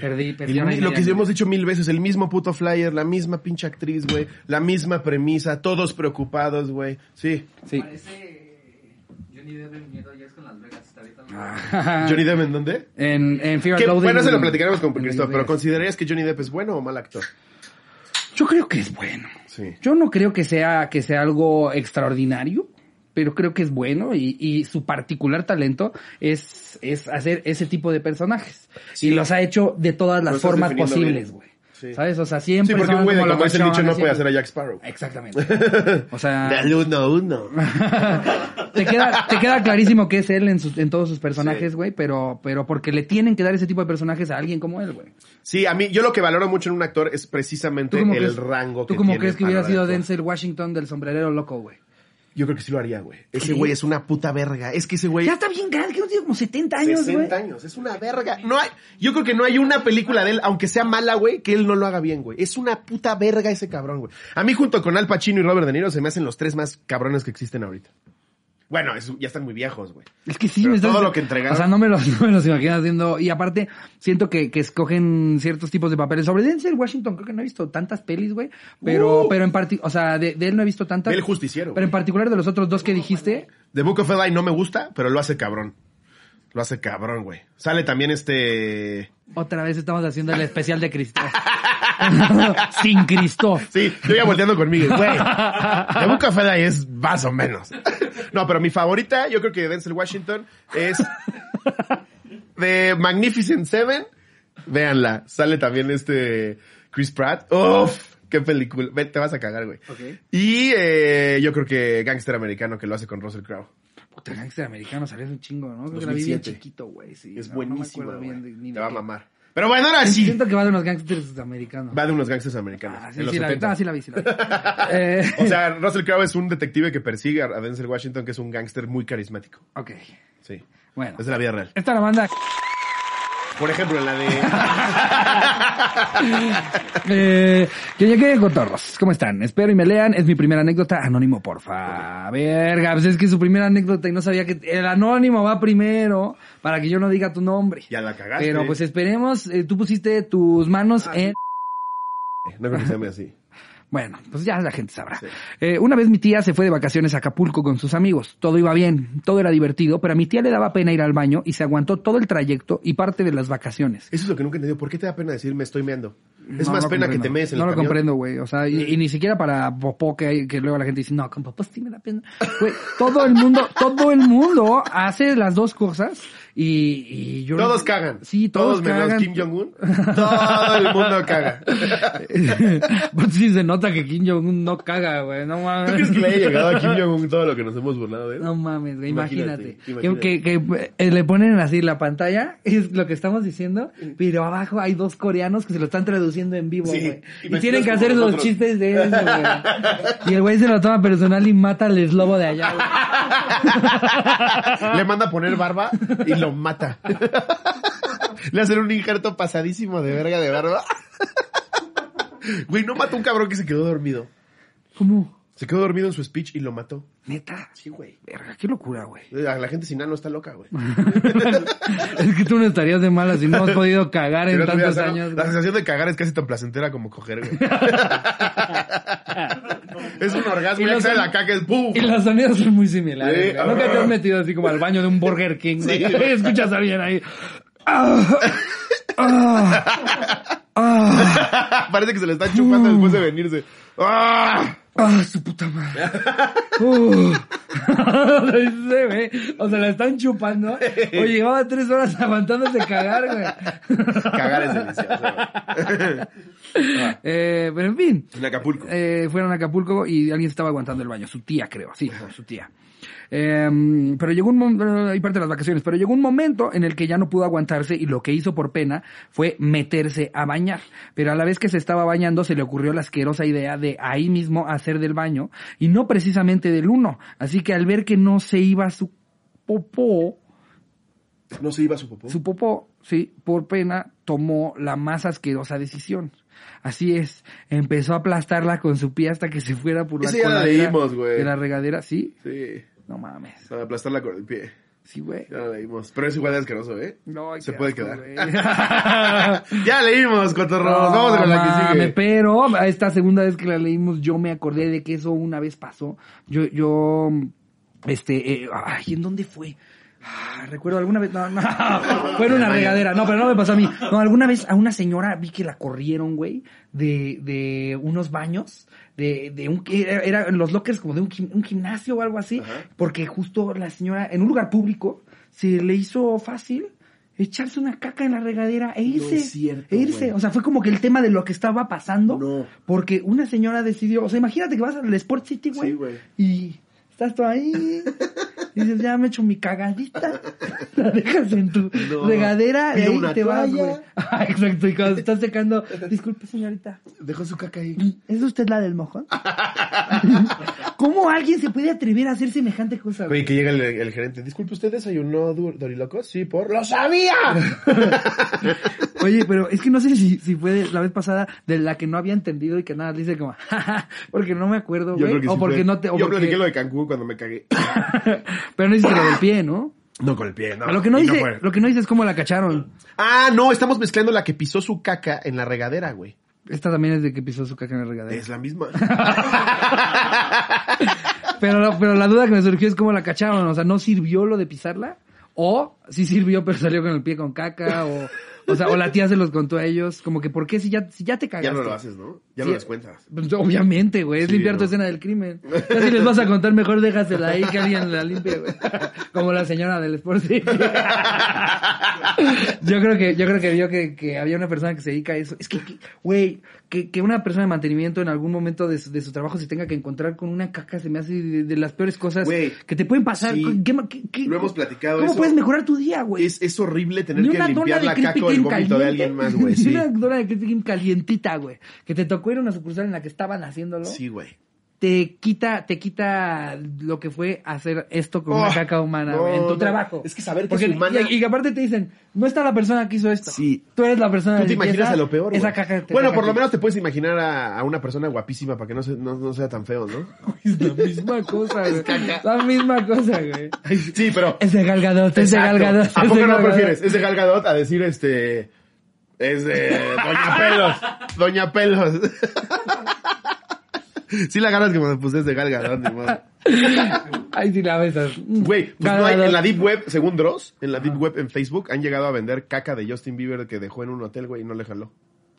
S1: perdí,
S2: El
S1: perdí.
S2: mi-
S1: una
S2: lo
S1: idea".
S2: que hemos dicho mil veces, el mismo puto flyer, la misma pinche actriz, güey, la misma premisa, todos preocupados, güey. Sí.
S1: Sí.
S3: Parece Johnny Depp en miedo ayer con Las Vegas. Está ahorita en Las Vegas.
S1: Ajá.
S2: Johnny Depp, ¿en dónde?
S1: En, en Fear and
S2: Que,
S1: Loathing
S2: bueno, se lo
S1: en-
S2: platicaremos con
S1: en
S2: Cristóbal,
S1: Las
S2: pero
S1: Vegas.
S2: ¿considerarías que Johnny Depp es bueno o mal actor?
S1: Yo creo que es bueno.
S2: Sí.
S1: Yo no creo que sea, que sea algo extraordinario, pero creo que es bueno y, y su particular talento es, es hacer ese tipo de personajes.
S2: Sí.
S1: Y los ha hecho de todas las
S2: Lo estás
S1: formas
S2: definiendo
S1: posibles,
S2: bien.
S1: güey.
S2: Sí.
S1: ¿Sabes? O sea, siempre.
S2: Sí, porque
S1: son
S2: un güey de
S1: como la
S2: comerse el nicho
S1: persona,
S2: no puede hacer
S1: siempre-
S2: a Jack Sparrow.
S1: Exactamente. O sea,
S2: (laughs) Del uno a uno.
S1: (laughs) te queda, te queda clarísimo que es él en, sus, en todos sus personajes, güey, pero, pero porque le tienen que dar ese tipo de personajes a alguien como él, güey.
S2: Sí, a mí, yo lo que valoro mucho en un actor es precisamente el
S1: crees-
S2: rango que
S1: ¿Tú como
S2: tiene
S1: crees que
S2: para
S1: hubiera
S2: la
S1: sido
S2: actuación.
S1: Denzel Washington del sombrerero loco, güey?
S2: Yo creo que sí lo haría, güey. Ese
S1: ¿Sí?
S2: güey es una puta verga. Es que ese güey...
S1: Ya está bien grande, que no tiene como 70 años, güey.
S2: 60 años, es una verga. No hay, yo creo que no hay una película de él, aunque sea mala, güey, que él no lo haga bien, güey. Es una puta verga ese cabrón, güey. A mí junto con Al Pacino y Robert De Niro se me hacen los tres más cabrones que existen ahorita. Bueno, es- ya están muy viejos, güey.
S1: Es que sí,
S2: Pero
S1: me estás-
S2: todo lo que entregaron.
S1: O sea, no me los, (laughs) no me los imagino haciendo. Y aparte, siento que, que escogen ciertos tipos de papeles. Sobre Denzel Washington, creo que no he visto tantas pelis, güey. Pero,
S2: Uh.
S1: pero en particular, o sea, de, de él no he visto tantas.
S2: Ve El Justiciero,
S1: Pero en
S2: güey.
S1: particular de los otros dos que dijiste,
S2: The Book of Eli no me gusta, pero lo hace cabrón. Lo hace cabrón, güey. Sale también este...
S1: otra vez estamos haciendo el especial de Cristo.
S2: (laughs)
S1: Sin Cristo.
S2: Sí, yo ya volteando
S1: (laughs)
S2: conmigo, güey. The Book of Eli es más o menos. No, pero mi favorita, yo creo que de Denzel Washington, es de Magnificent Seven. Véanla. Sale también este Chris Pratt. Uf, qué película. Ve, te vas a cagar, güey.
S1: Ok.
S2: Y eh, yo creo que Gangster Americano, que lo hace con Russell Crowe.
S1: Puta, Gangster Americano salió hace un chingo, ¿no? Creo que la vi bien
S2: 2007.
S1: chiquito, güey. Sí,
S2: Es
S1: no, no me
S2: buenísima,
S1: acuerdo
S2: güey.
S1: bien de- ni
S2: Te
S1: de
S2: va a
S1: qué.
S2: mamá. Pero bueno, ahora sí.
S1: Siento que va de unos gangsters americanos.
S2: Va de unos gangsters americanos.
S1: Ah, sí,
S2: en los
S1: sí, la vi.
S2: 70.
S1: No, sí la vi,
S2: (laughs)
S1: sí la vi. Eh,
S2: O sea, Russell Crowe es un detective que persigue a Denzel Washington, que es un gángster muy carismático.
S1: ok.
S2: Sí.
S1: Bueno.
S2: Es de la vida real.
S1: Esta la banda. (laughs)
S2: Por ejemplo, en la de...
S1: Eh, yo llegué de Cotorros. ¿Cómo están? Espero y me lean. Es mi primera anécdota. Anónimo, porfa. Verga, pues es que es su primera anécdota y no sabía que el anónimo va primero para que yo no diga tu nombre.
S2: ya la cagaste. Ah,
S1: Pero pues esperemos, eh, tú pusiste tus manos en...
S2: No creo que se llame así.
S1: Bueno, pues ya la gente sabrá.
S2: Sí.
S1: Eh, una vez mi tía se fue de vacaciones a Acapulco con sus amigos. Todo iba bien, todo era divertido, pero a mi tía le daba pena ir al baño y se aguantó todo el trayecto y parte de las vacaciones.
S2: Eso es lo que nunca he entendido. ¿Por qué te da pena decir me estoy meando? Es
S1: No,
S2: más
S1: no
S2: pena que
S1: comprendo.
S2: te mees en
S1: No
S2: el
S1: lo
S2: camión.
S1: comprendo, güey. O sea, y, y ni siquiera para popó que, hay- que luego la gente dice, no, con popó sí me da pena. Güey, todo el mundo, todo el mundo hace las dos cosas y, y yo...
S2: Todos cagan.
S1: Sí, todos,
S2: menos
S1: cagan.
S2: Kim Jong-un. Todo el mundo caga.
S1: (laughs) Pues sí se nota que Kim Jong-un no caga, güey. No mames.
S2: ¿Tú crees que le haya llegado a Kim Jong-un todo lo que nos hemos burlado de él?
S1: No mames, güey, imagínate.
S2: Imagínate, imagínate.
S1: Que, que- que, eh, le ponen así la pantalla, (laughs) es lo que estamos diciendo, pero abajo hay dos coreanos que se lo están traduciendo en vivo,
S2: Sí,
S1: güey. y
S2: imagínate
S1: tienen que
S2: como
S1: hacer los
S2: nosotros.
S1: chistes de eso, güey.
S2: (laughs)
S1: Y el güey se lo toma personal y mata al eslobo de allá, güey.
S2: Le manda a poner barba y lo mata. Le hacen un injerto pasadísimo de verga de barba. Güey, no mató a un cabrón que se quedó dormido.
S1: ¿Cómo?
S2: Se quedó dormido en su speech y lo mató.
S1: ¿Neta?
S2: Sí, güey.
S1: Verga, qué locura, güey. (laughs)
S2: La la gente sin ano está loca, güey.
S1: es que tú no estarías de mala si no has podido cagar
S2: Si
S1: en
S2: no tuvieras
S1: tantos
S2: ano,
S1: años,
S2: La
S1: güey.
S2: sensación de cagar es casi tan placentera como
S1: (laughs)
S2: coger, güey. es un
S1: Y
S2: orgasmo,
S1: los-
S2: ya que sale la caca, es ¡pum!
S1: Y los sonidos son muy similares.
S2: Sí,
S1: güey. Nunca te has metido así como al baño de un Burger King. güey? (laughs) Escuchas a alguien ahí. Ah, ah, ah,
S2: (laughs) Parece que se le está chupando después de venirse. ¡Ah!
S1: ah, su puta madre.
S2: (laughs)
S1: Uh. (laughs) Sí, güey. o sea, la están chupando. O llevaba tres horas aguantándose cagar, güey.
S2: Cagar es delicioso. güey.
S1: (laughs) Eh, pero en fin.
S2: En Acapulco.
S1: Eh, fueron a Acapulco y alguien se estaba aguantando el baño, su tía creo, sí, su tía. Eh, pero llegó un momento, hay parte de las vacaciones, pero llegó un momento en el que ya no pudo aguantarse y lo que hizo por pena fue meterse a bañar. Pero a la vez que se estaba bañando se le ocurrió la asquerosa idea de ahí mismo hacer del baño y no precisamente del uno. Así que al ver que no se iba su popó,
S2: ¿No se iba su popó?
S1: su popó, sí, por pena, tomó la más asquerosa decisión. Así es, empezó a aplastarla con su pie hasta que se fuera por la
S2: Esa ya la
S1: coladera
S2: leímos, güey.
S1: De la regadera, sí.
S2: Sí.
S1: No mames.
S2: Para aplastarla con el pie.
S1: Sí, güey.
S2: Ya la leímos. Pero es igual de asqueroso, ¿eh?
S1: No, ay,
S2: Se
S1: qué
S2: puede
S1: asco,
S2: quedar.
S1: güey.
S2: (laughs) ya leímos, cotorros. Vamos con la que
S1: mames,
S2: sigue.
S1: Pero a esta segunda vez que la leímos, yo me acordé de que eso una vez pasó. Yo, yo, este, eh, ay, ¿en dónde fue? Ah, Recuerdo alguna vez, no, (laughs) no, fue en una regadera, no, pero no me pasó a mí. No, alguna vez a una señora vi que la corrieron, güey, de, de unos baños, de, de un, era- eran los lockers como de un, gim- un gimnasio o algo así,
S2: Ajá.
S1: porque justo la señora, en un lugar público, se le hizo fácil echarse una caca en la regadera e irse.
S4: es cierto,
S1: e irse.
S4: güey.
S1: O sea, fue como que el tema de lo que estaba pasando.
S4: No.
S1: Porque una señora decidió, o sea, imagínate que vas al Sport City, güey.
S4: Sí, güey.
S1: Y estás tú ahí. y dices, ya me echo mi cagadita. (laughs) la dejas en tu
S4: No.
S1: regadera y
S4: Pide
S1: ahí
S4: una
S1: te vas,
S4: toalla.
S1: güey. (laughs) Ah, Exacto, y cuando se estás secando, disculpe señorita,
S4: Dejó su caca ahí.
S1: ¿es usted la del mojón? (laughs) ¿Cómo alguien se puede atrever a hacer semejante cosa? güey?
S2: Oye, que llega el, el gerente. Disculpe, ¿usted desayunó du- dorilocos? Sí, por... ¡Lo
S1: (laughs)
S2: sabía!
S1: Oye, pero es que no sé si, si fue de la vez pasada de la que no había entendido y que nada, dice como, "Jaja", porque no me acuerdo,
S2: Yo
S1: güey.
S2: creo que
S1: o
S2: sí
S1: porque
S2: fue.
S1: no te... o
S2: Yo
S1: porque-
S2: platiqué lo de Cancún cuando me cagué. (coughs)
S1: pero no dices lo del pie, ¿no?
S2: No con el pie, no.
S1: lo, que no
S2: Y
S1: dice,
S2: fue.
S1: lo que no dice es cómo la cacharon.
S2: Ah, no, estamos mezclando la que pisó su caca en la regadera, güey.
S1: Esta también es de que pisó su caca en la regadera.
S2: Es la misma.
S1: Pero, la- pero la duda que me surgió es cómo la cacharon. O sea, ¿no sirvió lo de pisarla? O sí sirvió, pero salió con el pie con caca. O, o sea, o la tía se los contó a ellos. Como que, ¿por qué si ya, si ya te
S2: (laughs) ya
S1: cagaste?
S2: no lo haces, ¿no?
S1: Este.
S2: Ya
S1: Sí.
S2: no las cuentas.
S1: Pues, obviamente, güey. Es
S2: Sí,
S1: limpiar tu
S2: ¿no?
S1: escena del crimen. Ya si les vas a contar, mejor déjasela ahí que alguien la limpie, güey. Como la señora del Sport City. Yo creo que, yo creo que vio que, que había una persona que se dedica a eso. Es que, que, güey, que, que una persona de mantenimiento en algún momento de su, de su trabajo se tenga que encontrar con una caca se me hace de, de las peores cosas
S2: Güey,
S1: que te pueden pasar.
S2: sí.
S1: ¿Qué ma- qué- qué-
S2: Lo hemos platicado
S1: ¿Cómo
S2: eso.
S1: puedes mejorar tu día, güey?
S2: Es, es horrible tener
S1: Ni
S2: que
S1: una dona
S2: limpiar
S1: de
S2: la
S1: Krispy
S2: caca o el
S1: Kreme
S2: vómito
S1: caliente.
S2: de alguien más, güey.
S1: (laughs) Ni
S2: Sí,
S1: una dona de Krispy Kreme calientita, güey. Que te tocó ir a una sucursal en la que estaban haciéndolo.
S2: Sí, güey.
S1: Te quita, te quita lo que fue hacer esto con una
S2: Oh,
S1: caca humana, güey,
S2: no,
S1: en tu
S2: no.
S1: trabajo.
S2: Es que saber que
S1: Porque-
S2: es humana-
S1: Y, y que aparte te dicen, no está la persona que hizo esto.
S2: Sí.
S1: Tú eres la persona
S2: Tú
S1: de
S2: te imaginas
S1: limpieza,
S2: a lo peor, güey.
S1: Esa caca te
S2: Bueno,
S1: caga
S2: por lo
S1: aquí.
S2: menos te puedes imaginar a, a una persona guapísima para que no, se- no, no sea tan feo, ¿no?
S1: (laughs) Es la misma cosa, güey. La misma cosa, güey.
S2: Sí, pero...
S1: Es de galgadot, es de
S2: Exacto.
S1: galgadot.
S2: ¿A poco no prefieres? Es de Galgadot a decir este. Es de Doña Pelos. Doña Pelos. Sí la ganas que me puse de Galgadot, ni modo.
S1: Ay, si la besas.
S2: Güey, pues no hay-
S1: Galgadot.
S2: en la Deep Web, según Dross, en la Deep Web en Facebook han llegado a vender caca de Justin Bieber que dejó en un hotel, güey, y no le jaló.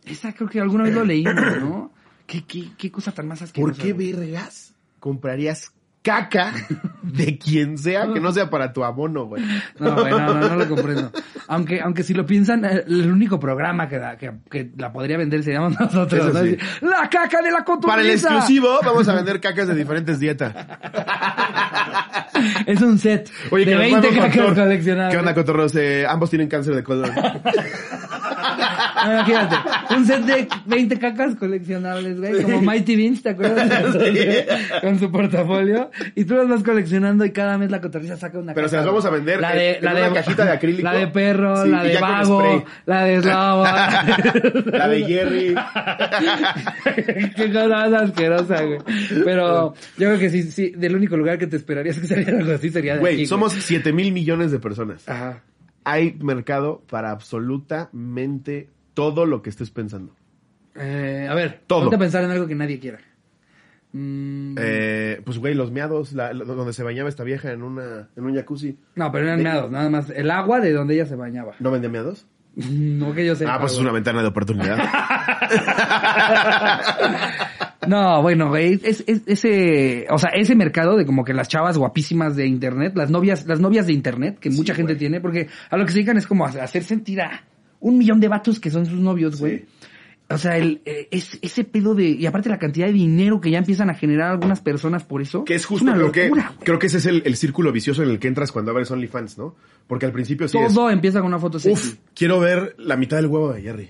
S1: Esa creo que alguna vez lo leí,
S2: (coughs)
S1: ¿no? ¿Qué, qué, qué cosa tan más asquerosa.
S2: ¿Por qué
S1: güey?
S2: vergas comprarías caca (laughs) de quien sea que no sea para tu abono, güey?
S1: No, güey, no, no, no
S2: (laughs)
S1: lo comprendo. Aunque, aunque si lo piensan, eh, el único programa que, da- que, que la podría vender seríamos (laughs) nosotros.
S2: Eso
S1: ¿no?
S2: sí.
S1: La caca de la cotorriza.
S2: Para el exclusivo vamos a vender cacas de diferentes dietas.
S1: Es un set
S2: Oye,
S1: de
S2: que nos
S1: 20
S2: vamos,
S1: cacas
S2: doctor.
S1: coleccionables.
S2: ¿Qué onda, cotorros? Eh, ambos tienen cáncer
S1: (laughs)
S2: de colon. (laughs)
S1: No, imagínate, un set de 20 cacas coleccionables, güey, como Mighty Beans, ¿te
S2: (laughs)
S1: acuerdas? Con su portafolio. Y tú las vas coleccionando y cada mes la cotorriza saca una
S2: Pero se las vamos a vender
S1: La
S2: en-
S1: de,
S2: en
S1: la
S2: una
S1: de-
S2: cajita de acrílico.
S1: La de perro,
S2: Sí,
S1: la
S2: y
S1: de
S2: ya con
S1: vago,
S2: spray.
S1: la
S2: (laughs)
S1: de eslobo.
S2: La de Jerry.
S1: (laughs) Qué cosa más asquerosa, güey. Pero yo creo que sí, sí, del único lugar que te esperarías que saliera algo así sería de aquí,
S2: Güey, somos 7 mil millones de personas.
S1: Ajá.
S2: Hay mercado para absolutamente todo lo que estés pensando.
S1: Eh, a ver,
S2: Todo.
S1: ponte a pensar en algo que nadie quiera. Mm,
S2: Eh, pues, güey, los meados, la- la- donde se bañaba esta vieja en una en un jacuzzi.
S1: no, pero eran
S2: de-
S1: meados, nada más. El agua de donde ella se bañaba. (laughs)
S2: ¿No vendía meados?
S1: No que yo sepa.
S2: Ah, pues es
S1: güey.
S2: una ventana de oportunidad.
S1: (laughs) No, bueno, güey, es, es- ese, o sea, ese mercado de como que las chavas guapísimas de internet, las novias, las novias de internet, que mucha gente tiene, porque a lo que se dedican es como a hacer sentir a un millón de vatos que son sus novios, güey. O sea, el, eh, es, ese pedo de, y aparte la cantidad de dinero que ya empiezan a generar algunas personas por eso.
S2: que es justo
S1: una
S2: lo que
S1: locura, güey.
S2: creo que ese es el, el círculo vicioso en el que entras cuando abres OnlyFans, ¿no? Porque al principio sí es,
S1: Todo empieza con una foto sexy.
S2: Uf, quiero ver la mitad del huevo
S1: (laughs)
S2: de Jerry.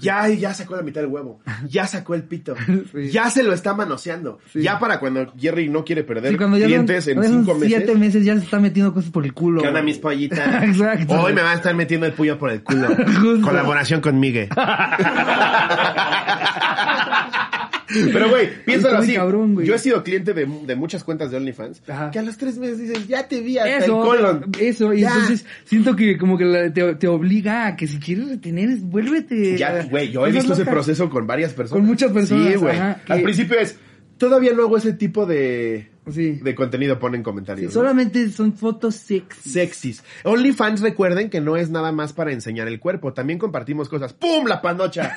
S2: Ya, ya sacó la mitad del huevo. Ya sacó el pito.
S1: (laughs) Sí.
S2: Ya se lo está manoseando.
S1: Sí.
S2: Ya para cuando Jerry no quiere perder
S1: Sí, cuando ya
S2: clientes
S1: son-
S2: en
S1: cuando ya son
S2: cinco meses.
S1: siete meses ya se está metiendo cosas por el culo.
S2: ¿Qué onda,
S1: güey.
S2: mis
S1: (laughs)
S2: pollitas?
S1: Exacto.
S2: Hoy me van a estar metiendo el puño por el culo.
S1: (laughs) Justo.
S2: Colaboración con Migue.
S1: (laughs)
S2: Pero, güey, piénsalo
S1: Está muy
S2: así.
S1: cabrón, güey.
S2: Yo he sido cliente de, de muchas cuentas de OnlyFans
S1: Ajá.
S2: que a los tres meses dices, ya te vi hasta el
S1: Eso,
S2: colon.
S1: eso, y
S2: Ya.
S1: entonces siento que como que la- te, te obliga a que si quieres retener, vuélvete.
S2: Ya, güey, yo he
S1: Cosas
S2: visto ese
S1: eh, locas.
S2: proceso con varias personas.
S1: Con muchas personas,
S2: Sí, güey.
S1: ajá, que-
S2: Al principio es, todavía no hago ese tipo de,
S1: Sí.
S2: de contenido, ponen comentarios. ¿no?
S1: Solamente son fotos sexy.
S2: Sexys. OnlyFans, recuerden que no es nada más para enseñar
S1: (laughs)
S2: el cuerpo. También compartimos cosas. ¡Pum! La panocha.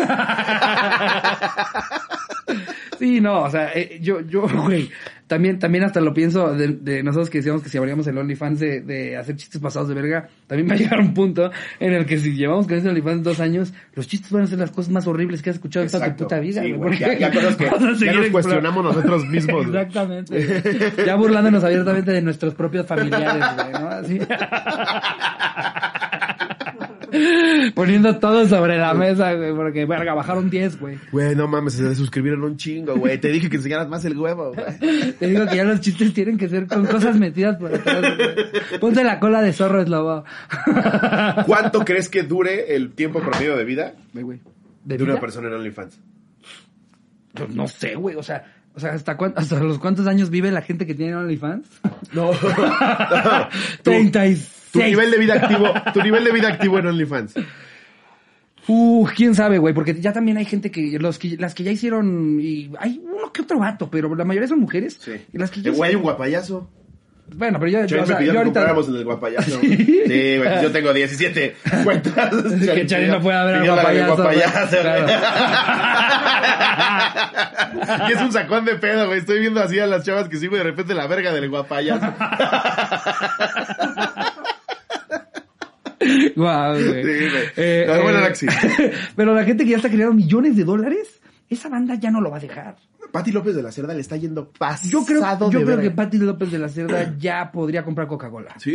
S1: Sí, Sí, no, o sea, eh, yo, yo, (laughs) güey, también, también hasta lo pienso de, de nosotros que decíamos que si abríamos el OnlyFans de, de hacer chistes pasados de verga, también (laughs) va a llegar un punto en el que si llevamos con ese OnlyFans dos años, los chistes van a ser las cosas más horribles que has escuchado en toda tu
S2: Exacto.
S1: puta vida.
S2: Sí,
S1: güey,
S2: güey, ya,
S1: porque
S2: ya
S1: (laughs)
S2: cosas que
S1: vas a
S2: ya nos
S1: seguir explorando. (laughs)
S2: cuestionamos nosotros mismos. güey.
S1: Exactamente. güey. Ya burlándonos abiertamente de nuestros propios familiares, güey, ¿no? Así. (laughs) Poniendo todo sobre la mesa, güey, porque, verga, bajaron 10, güey.
S2: Güey, no mames, se suscribieron un chingo, güey. Te dije que enseñaras más el huevo, güey.
S1: Te digo que ya los chistes tienen que ser con cosas metidas por atrás, güey. Ponte la cola de zorro,
S2: (laughs)
S1: eslobado.
S2: ¿Cuánto crees que dure el tiempo promedio de vida
S1: Ve, güey.
S2: de,
S1: ¿De
S2: una
S1: vida?
S2: persona en OnlyFans?
S1: Pues no sé, güey, o sea... O sea, ¿hasta, cuán- ¿hasta los cuántos años vive la gente que tiene OnlyFans?
S2: (laughs)
S1: (laughs)
S2: No. Tu-
S1: 36.
S2: Tu nivel de vida activo, tu nivel de vida activo en OnlyFans.
S1: Uh, quién sabe, güey, porque ya también hay gente que los que las que ya hicieron y hay uno que otro vato, pero la mayoría son mujeres. Y las que ya
S2: Eh, Güey, hay un guapayazo.
S1: Bueno, pero yo, yo,
S2: Chay
S1: o
S2: me
S1: sea,
S2: pidió
S1: yo
S2: que
S1: ahorita
S2: compráramos en el guapayazo.
S1: ¿Sí?
S2: Sí, güey, yo tengo 17 cuentas.
S1: Es (laughs) que Chay no puede haber al
S2: Pidió la del
S1: guapayazo, güey.
S2: guapayazo, güey.
S1: Claro.
S2: (laughs) Y es un sacón de pedo, güey. Estoy viendo así a las chavas que sigo y de repente la verga del guapayazo.
S1: (laughs) (laughs) Guau, güey. Eh,
S2: Sí, güey. No, bueno, Alexi.
S1: (laughs) pero la gente que ya está creando millones de dólares, esa banda ya no lo va a dejar.
S2: Pati López de la Cerda le está yendo pasado
S1: Yo creo, yo
S2: de
S1: creo que
S2: verga.
S1: Patti López de la Cerda ya podría comprar Coca-Cola.
S2: Sí.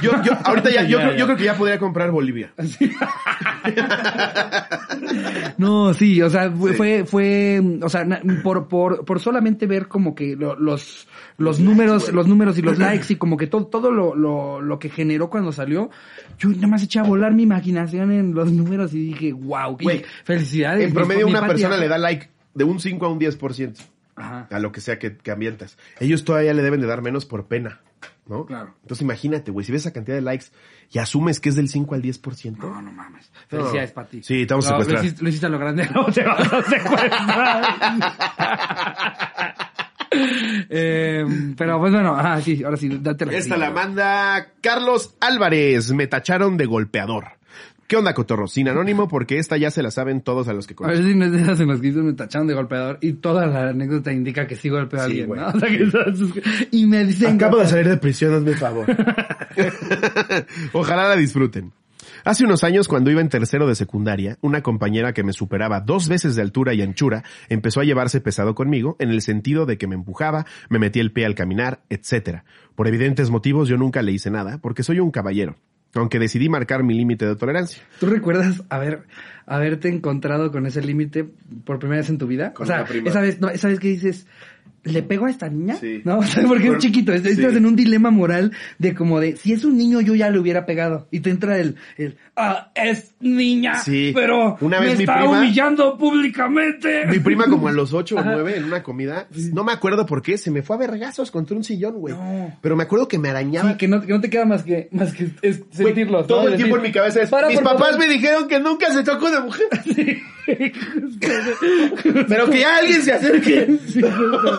S2: Yo, yo, ahorita ya, yo,
S1: (laughs) Ya,
S2: creo-
S1: ya.
S2: yo creo que ya podría comprar Bolivia.
S1: (laughs) No, sí, o sea, fue,
S2: Sí.
S1: fue, fue, o sea, na- por, por, por solamente ver como que lo- los, los números, los números
S2: (laughs)
S1: y los likes y como que todo, todo lo, lo, lo que generó cuando salió, yo nada más eché a volar mi imaginación en los números y dije, wow, qué-
S2: Güey,
S1: felicidades.
S2: En promedio,
S1: mi
S2: una
S1: patria".
S2: persona le da like de un 5 a un 10%.
S1: Ajá.
S2: a lo que sea que, que ambientas. Ellos todavía le deben de dar menos por pena, ¿no?
S1: Claro.
S2: Entonces imagínate, güey, si ves esa cantidad de likes y asumes que es del 5 al 10%.
S1: No, no mames. Felicidades,
S2: No.
S1: Pati.
S2: Sí, te vamos a
S1: No,
S2: secuestrar.
S1: Lo hiciste, lo hiciste a lo grande, (laughs) no te vamos a secuestrar. (laughs) Eh, pero pues bueno, ajá, sí, ahora sí, date la
S2: Esta
S1: sí,
S2: la
S1: güey.
S2: manda Carlos Álvarez. Me tacharon de golpeador. ¿Qué onda, cotorro? Sin anónimo, porque esta ya se la saben todos a los que
S1: A
S2: conocen.
S1: ver si no es de esas en las que dicen, me tacharon de golpeador y toda la anécdota indica que sí golpeó a
S2: Sí,
S1: alguien,
S2: güey.
S1: ¿no? (laughs) O sea, que esas- y me dicen...
S2: de salir de prisión, hazme favor. (laughs) Ojalá la disfruten. Hace unos años, cuando iba en tercero de secundaria, una compañera que me superaba dos veces de altura y anchura empezó a llevarse pesado conmigo en el sentido de que me empujaba, me metía el pie al caminar, etcétera. Por evidentes motivos yo nunca le hice nada, porque soy un caballero, aunque decidí marcar mi límite de tolerancia.
S1: ¿Tú recuerdas haber, haberte encontrado con ese límite por primera vez en tu vida?
S2: Con
S1: o sea,
S2: una prima.
S1: esa vez, no, esa vez que dices, ¿le pego a esta niña?
S2: Sí.
S1: No, (laughs) o sea, porque
S2: Bueno,
S1: es chiquito, es-
S2: sí.
S1: estás en un dilema moral de como de, si es un niño yo ya le hubiera pegado. Y te entra el, el ah, es niña,
S2: Sí.
S1: pero
S2: Una
S1: me
S2: vez mi
S1: está
S2: prima-
S1: humillando públicamente.
S2: Mi prima como a los ocho o nueve en una comida, no me acuerdo por qué, se me fue a vergazos contra un sillón, güey.
S1: No.
S2: Pero me acuerdo que me
S1: (laughs)
S2: arañaba
S1: Sí, que no, que no te queda más que, más que es
S2: Güey,
S1: sentirlo. ¿no?
S2: Todo el
S1: Decir,
S2: tiempo en mi cabeza es,
S1: "Para,
S2: mis
S1: por
S2: papás
S1: favor".
S2: me dijeron que nunca se tocó una
S1: (laughs)
S2: mujer. Pero que ya alguien se acerque.
S1: Sí, justo.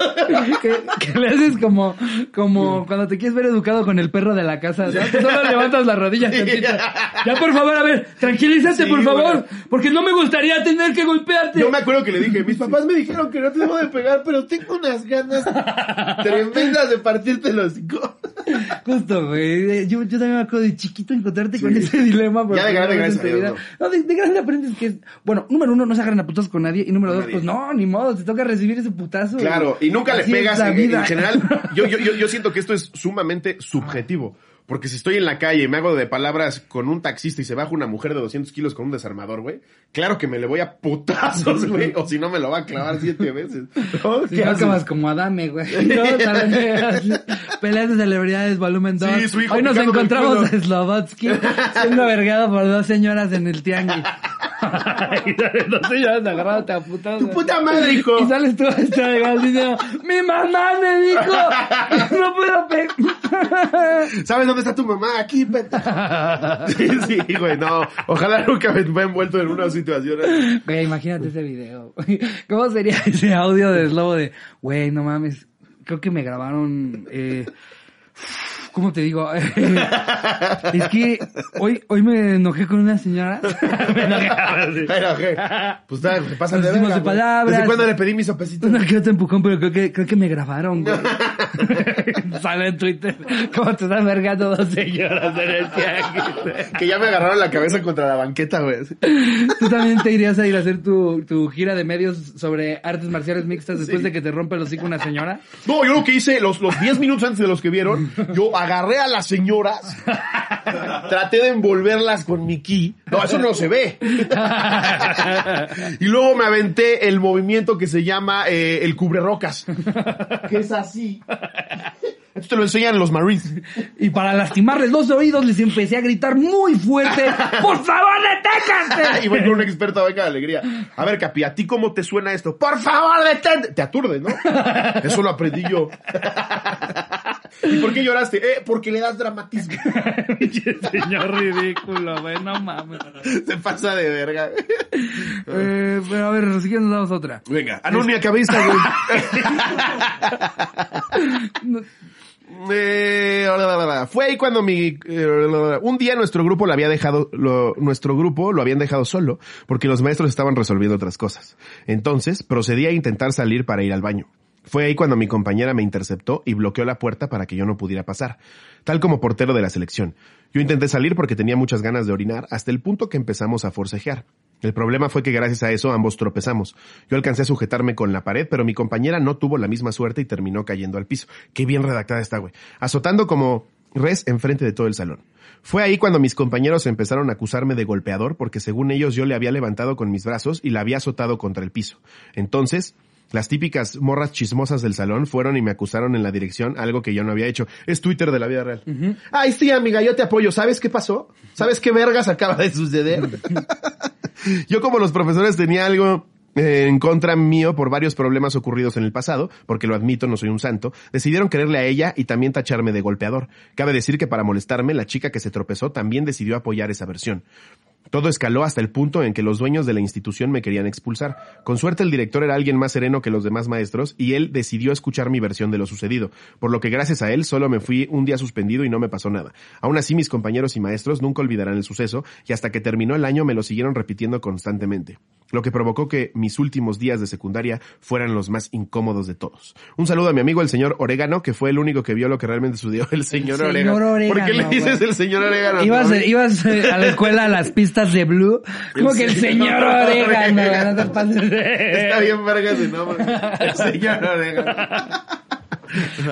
S1: que, que le haces como, como cuando te quieres ver educado con el perro de la casa, ¿no? Tú solo levantas las rodillas
S2: Sí.
S1: tantito. Ya, por favor, a ver, tranquilízate,
S2: Sí,
S1: por favor,
S2: güey.
S1: porque no me gustaría tener que golpearte.
S2: (laughs) Yo me acuerdo que le dije, mis papás me dijeron que no te debo de pegar, pero tengo
S1: (laughs)
S2: unas ganas tremendas de partirte los hocico.
S1: Justo, güey. Yo, yo también me acuerdo de chiquito encontrarte con ese dilema. por
S2: Ya de
S1: primera
S2: grande,
S1: vez en
S2: gracias
S1: tu
S2: a Dios,
S1: vida. No, de, de grande aprendes que es... Bueno, número uno, no se agarren a putas con nadie. Y número dos,
S2: Nadie.
S1: pues no, ni modo, te toca recibir ese putazo.
S2: Claro, y nunca le
S1: Así es
S2: pegas
S1: la
S2: en, en
S1: vida. (laughs)
S2: general. Yo, yo, yo, yo siento que esto es sumamente subjetivo. Porque si estoy en la calle y me hago de palabras con un taxista y se baja una mujer de 200 kilos con un desarmador, güey, claro que me le voy a putazos, güey, o si no me lo va a clavar siete
S1: (laughs)
S2: veces. ¿No?
S1: Sí,
S2: ¿Qué
S1: no
S2: haces?
S1: acabas como Adame, güey.
S2: (laughs)
S1: No, también. Peleas de celebridades, volumen 2.
S2: Sí, su hijo
S1: Hoy nos
S2: picándome el
S1: encontramos
S2: culo.
S1: a Slovotsky siendo vergado por dos señoras en el tianguis. y salen (laughs)
S2: (laughs)
S1: dos señoras agarrándote a putas.
S2: ¡Tu puta madre, hijo!
S1: Y sales tú hasta igual diciendo, mi mamá me dijo que no puedo pegar.
S2: ¿Sabes dónde está tu mamá?
S1: (laughs)
S2: Aquí, peta. Sí, sí, güey, no. Ojalá nunca me me he envuelto en una situación así.
S1: Güey, imagínate ese video. (laughs) ¿Cómo sería ese audio de Slobo de, güey, no mames, creo que me grabaron, eh, ¿Cómo te digo? (laughs) es que hoy, hoy me enojé con una señora. (laughs) (laughs) me enojé.
S2: Pero, ¿qué? Pues da, se pasan
S1: Nos
S2: de
S1: hicimos
S2: verga,
S1: de
S2: güey.
S1: palabras.
S2: ¿Desde cuándo le pedí
S1: (laughs)
S2: mi sopecito? (laughs)
S1: Una que otro empujón, pero creo que, creo que me grabaron, güey. (laughs) Sale en Twitter. ¿Cómo te están vergando dos señoras en el tianguis?
S2: que ya me agarraron la cabeza contra la banqueta, güey. así.
S1: Tú también te irías a ir a hacer tu, tu gira de medios sobre artes marciales mixtas después de que te rompe el hocico una señora.
S2: No, yo lo que hice, los los 10 minutos antes de los que vieron, yo agarré a las señoras, traté de envolverlas con mi ki. No, eso no se ve. y luego me aventé el movimiento que se llama eh, el cubrerocas, que es así. Esto te lo enseñan los Marines.
S1: Y para lastimarles los oídos les empecé a gritar muy fuerte, ¡Por favor,
S2: Y
S1: deténganse!
S2: voy con un experto a beca de alegría. A ver, Capi, ¿a ti cómo te suena esto? ¡Por favor, detente! Te aturde, ¿no? Eso lo aprendí yo. (laughs) ¿Y por qué lloraste? Eh, porque le das dramatismo.
S1: Señor ridículo, güey, no mames.
S2: (laughs) Se pasa de verga.
S1: Eh, pero a ver, si quieres nos damos otra.
S2: Venga. Ah, no, ni acabé esta, güey. (laughs) Eh, la, la, la, la. fue ahí cuando mi eh, la, la, la. un día nuestro grupo lo había dejado lo- nuestro grupo lo habían dejado solo porque los maestros estaban resolviendo otras cosas entonces procedí a intentar salir para ir al baño fue ahí cuando mi compañera me interceptó y bloqueó la puerta para que yo no pudiera pasar tal como portero de la selección yo intenté salir porque tenía muchas ganas de orinar hasta el punto que empezamos a forcejear el problema fue que gracias a eso ambos tropezamos. Yo alcancé a sujetarme con la pared, pero mi compañera no tuvo la misma suerte y terminó cayendo al piso. Qué bien redactada está, güey. Azotando como res enfrente de todo el salón. Fue ahí cuando mis compañeros empezaron a acusarme de golpeador porque según ellos yo le había levantado con mis brazos y la había azotado contra el piso. Entonces, las típicas morras chismosas del salón fueron y me acusaron en la dirección algo que yo no había hecho. Es Twitter de la vida real. Ay, sí, amiga, yo te apoyo. ¿Sabes qué pasó? ¿Sabes qué vergas acaba de suceder? Yo como los profesores tenía algo eh, en contra mío por varios problemas ocurridos en el pasado, porque lo admito, no soy un santo, decidieron quererle a ella y también tacharme de golpeador. Cabe decir que para molestarme, la chica que se tropezó también decidió apoyar esa versión. Todo escaló hasta el punto en que los dueños de la institución me querían expulsar. Con suerte el director era alguien más sereno que los demás maestros y él decidió escuchar mi versión de lo sucedido, por lo que gracias a él solo me fui un día suspendido y no me pasó nada. Aún así mis compañeros y maestros nunca olvidarán el suceso y hasta que terminó el año me lo siguieron repitiendo constantemente, lo que provocó que mis últimos días de secundaria fueran los más incómodos de todos. Un saludo a mi amigo el señor Orégano, que fue el único que vio lo que realmente sucedió, el señor,
S1: señor
S2: Orégano. ¿Por qué le
S1: Orégano,
S2: dices
S1: güey.
S2: el señor Orégano?
S1: Ibas,
S2: No,
S1: ibas eh, a la escuela a las pistas de Blue, como
S2: El
S1: que el
S2: señor
S1: señor orégano,
S2: orégano.
S1: no te pases de-
S2: (laughs) Está bien verga ese (laughs) nombre. El señor Orégano.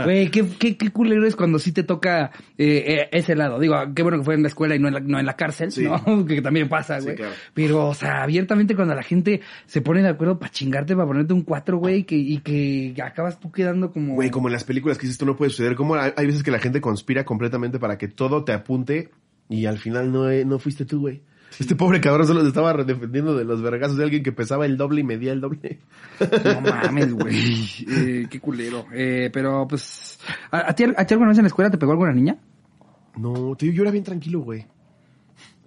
S1: Güey, qué, qué, qué culero es cuando sí te toca eh, eh, ese lado. Digo, qué bueno que fue en la escuela y no en la, no en la cárcel,
S2: Sí.
S1: ¿no? (laughs) Que también pasa, güey.
S2: claro.
S1: Pero, o sea, abiertamente cuando la gente se pone de acuerdo para chingarte, para ponerte un cuatro, güey, que, y que acabas tú quedando como...
S2: (laughs) Güey, como en las películas que dices, esto no puede suceder. Como hay, hay veces que la gente conspira completamente para que todo te apunte y al final no, eh, no fuiste tú, güey. Este pobre cabrón solo se estaba defendiendo de los vergazos de alguien que pesaba el doble y medía el doble. (laughs)
S1: No mames, güey. Eh, qué culero. Eh, pero, pues... ¿a, a ti, ¿A ti alguna vez en la escuela te pegó alguna niña?
S2: No, te digo, yo era bien tranquilo, güey.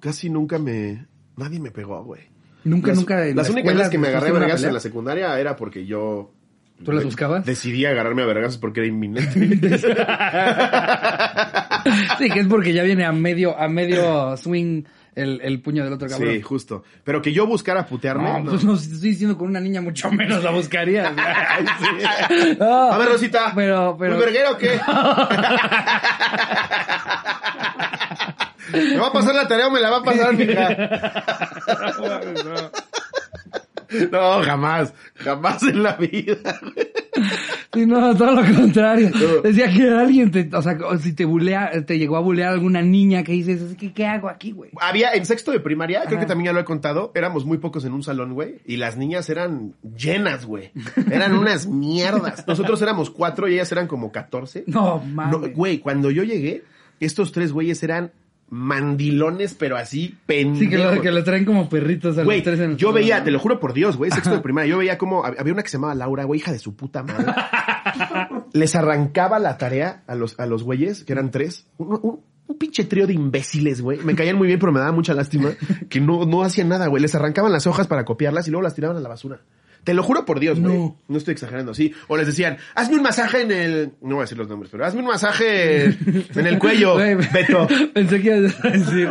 S2: Casi nunca me... Nadie me pegó, güey.
S1: Nunca,
S2: Las-
S1: nunca... en
S2: Las
S1: la
S2: únicas
S1: escuela
S2: veces que me agarré a
S1: tuviste una
S2: vergazos en la
S1: pelea? Ah.
S2: secundaria era porque yo...
S1: ¿Tú las
S2: de-
S1: buscabas?
S2: Decidí agarrarme a vergazos porque era inminente.
S1: (laughs) Sí, que es porque ya viene a medio, a medio swing el, el puño del otro cabrón.
S2: sí, justo. Pero que yo buscara putearme...
S1: No,
S2: no.
S1: pues no, si te estoy diciendo con una niña
S2: (laughs)
S1: mucho menos la buscarías. güey. (laughs) No.
S2: A ver, Rosita.
S1: Pero, pero.
S2: ¿Un verguero
S1: (laughs)
S2: o qué? ¿Me va a pasar la tarea o me la va a pasar,
S1: (laughs)
S2: mija? No, jamás. Jamás en la vida.
S1: Sí, no, todo lo contrario.
S2: No.
S1: Decía que alguien te, o sea, o si te bulea, te llegó a bulear alguna niña que dices, es que, ¿qué hago aquí, güey?
S2: Había, en sexto de primaria, creo que
S1: Ajá.
S2: también ya lo he contado, éramos muy pocos en un salón, güey, y las niñas eran llenas, güey. Eran unas mierdas. Nosotros éramos cuatro y ellas eran como catorce.
S1: No,
S2: No,
S1: mames.
S2: güey, cuando yo llegué, estos tres güeyes eran mandilones, pero así pendejos.
S1: sí, que lo, que lo traen como perritos a los
S2: Güey,
S1: tres en el
S2: yo veía,
S1: salón.
S2: te lo juro por Dios,
S1: (laughs)
S2: güey, sexto de primaria, yo veía como hab- había una que se llamaba Laura, güey, hija de su puta madre. Les arrancaba la tarea a los, a los güeyes, que eran tres. Un, un- un pinche trío de imbéciles, güey. Me caían muy bien,
S1: (laughs)
S2: pero me daba mucha lástima que no, no hacían nada, güey. Les arrancaban las hojas para copiarlas y luego las tiraban a la basura. Te lo juro por Dios, güey.
S1: No.
S2: No. estoy exagerando, sí. O les decían, hazme un masaje en el... No voy a decir los nombres, pero hazme un masaje en el
S1: (laughs)
S2: cuello,
S1: Güey,
S2: Beto.
S1: Pensé que ibas a decir,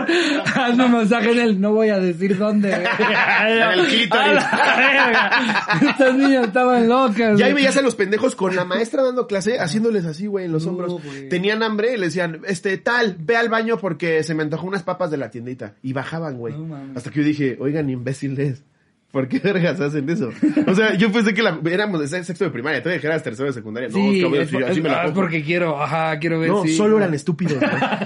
S1: hazme un masaje en el, no voy a decir dónde. güey.
S2: (laughs) Ah, En el clítoris.
S1: A la verga. Estas niñas estaban locas.
S2: Ya ahí
S1: güey.
S2: veías a los pendejos con la maestra dando clase, haciéndoles así, güey, en los
S1: No,
S2: hombros.
S1: güey.
S2: Tenían hambre y le decían, este, tal, ve al baño porque se me antojó unas papas de la tiendita. Y bajaban, güey.
S1: No mames.
S2: Hasta que yo dije, oigan, imbéciles. ¿Por qué vergas hacen eso? O sea, yo pensé que la- éramos de se- sexto de primaria, todavía que eras tercero de secundaria. No,
S1: Sí,
S2: cabrón,
S1: es,
S2: sí, así
S1: es-
S2: me la
S1: ah, es
S2: pongo.
S1: porque quiero, ajá, quiero ver
S2: No, (laughs)
S1: sí.
S2: solo eran estúpidos.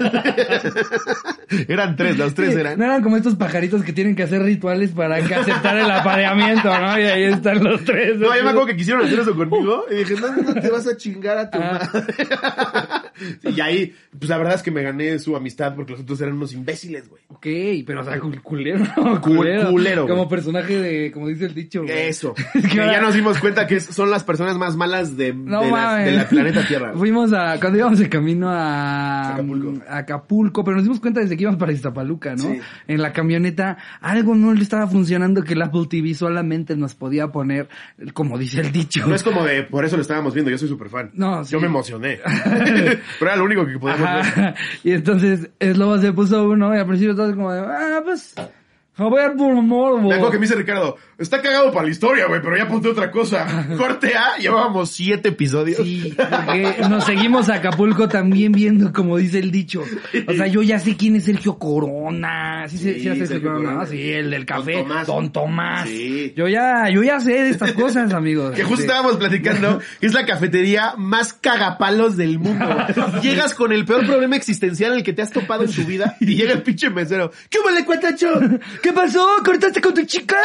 S1: (laughs)
S2: güey. eran tres, los tres
S1: Sí,
S2: eran.
S1: No eran como estos pajaritos que tienen que hacer rituales para que aceptar el apareamiento, ¿no? Y ahí están los tres.
S2: No, yo me acuerdo que quisieron hacer eso conmigo y dije, no, no te vas a chingar a tu
S1: Ah.
S2: madre. (laughs) y ahí, pues la verdad es que me gané su amistad porque los otros eran unos imbéciles, güey.
S1: Ok, pero o sea, cul- culero. (laughs) Culero.
S2: Culero, güey.
S1: como personaje de, como dice el dicho. güey.
S2: Eso.
S1: (laughs) Es que
S2: que
S1: ahora-
S2: ya nos dimos cuenta que es- son las personas más malas de,
S1: No
S2: de, la,
S1: mames.
S2: de la planeta Tierra. güey.
S1: Fuimos a, cuando íbamos de camino a
S2: Acapulco.
S1: a Acapulco, pero nos dimos cuenta desde que íbamos para Iztapaluca, ¿no?
S2: Sí.
S1: En la camioneta, algo no le estaba funcionando que el Apple TV solamente nos podía poner, como dice el dicho.
S2: No es como de, por eso lo estábamos viendo, yo soy súper fan.
S1: No, sí.
S2: Yo
S1: (laughs)
S2: me emocioné. Pero era lo único que podíamos ver.
S1: Ajá. (laughs) Y entonces el lobo se puso uno y al principio todos como de, ah, pues, a ver por morbo.
S2: Me acuerdo que me dice Ricardo, está cagado para la historia, güey, pero ya ponte otra cosa. Corte A, llevábamos siete episodios.
S1: Sí, porque nos seguimos a Acapulco también viendo, como dice el dicho. O sea, yo ya sé quién es Sergio Corona. Sí, sí,
S2: Sí,
S1: sí, hace Sergio
S2: Sergio
S1: Corona,
S2: Corona.
S1: ¿no? Sí, el del café. Don
S2: Don
S1: Tomás.
S2: Tomás. Sí.
S1: Yo ya, yo ya sé de estas cosas, amigos.
S2: Que justo
S1: Sí.
S2: estábamos platicando, que es la cafetería más cagapalos del mundo.
S1: (laughs)
S2: Llegas con el peor problema existencial en el que te has topado en tu vida y llega el pinche mesero. ¿Qué huele, cuatacho?
S1: ¿Qué pasó? ¿Cortaste con tu
S2: (laughs)
S1: chica?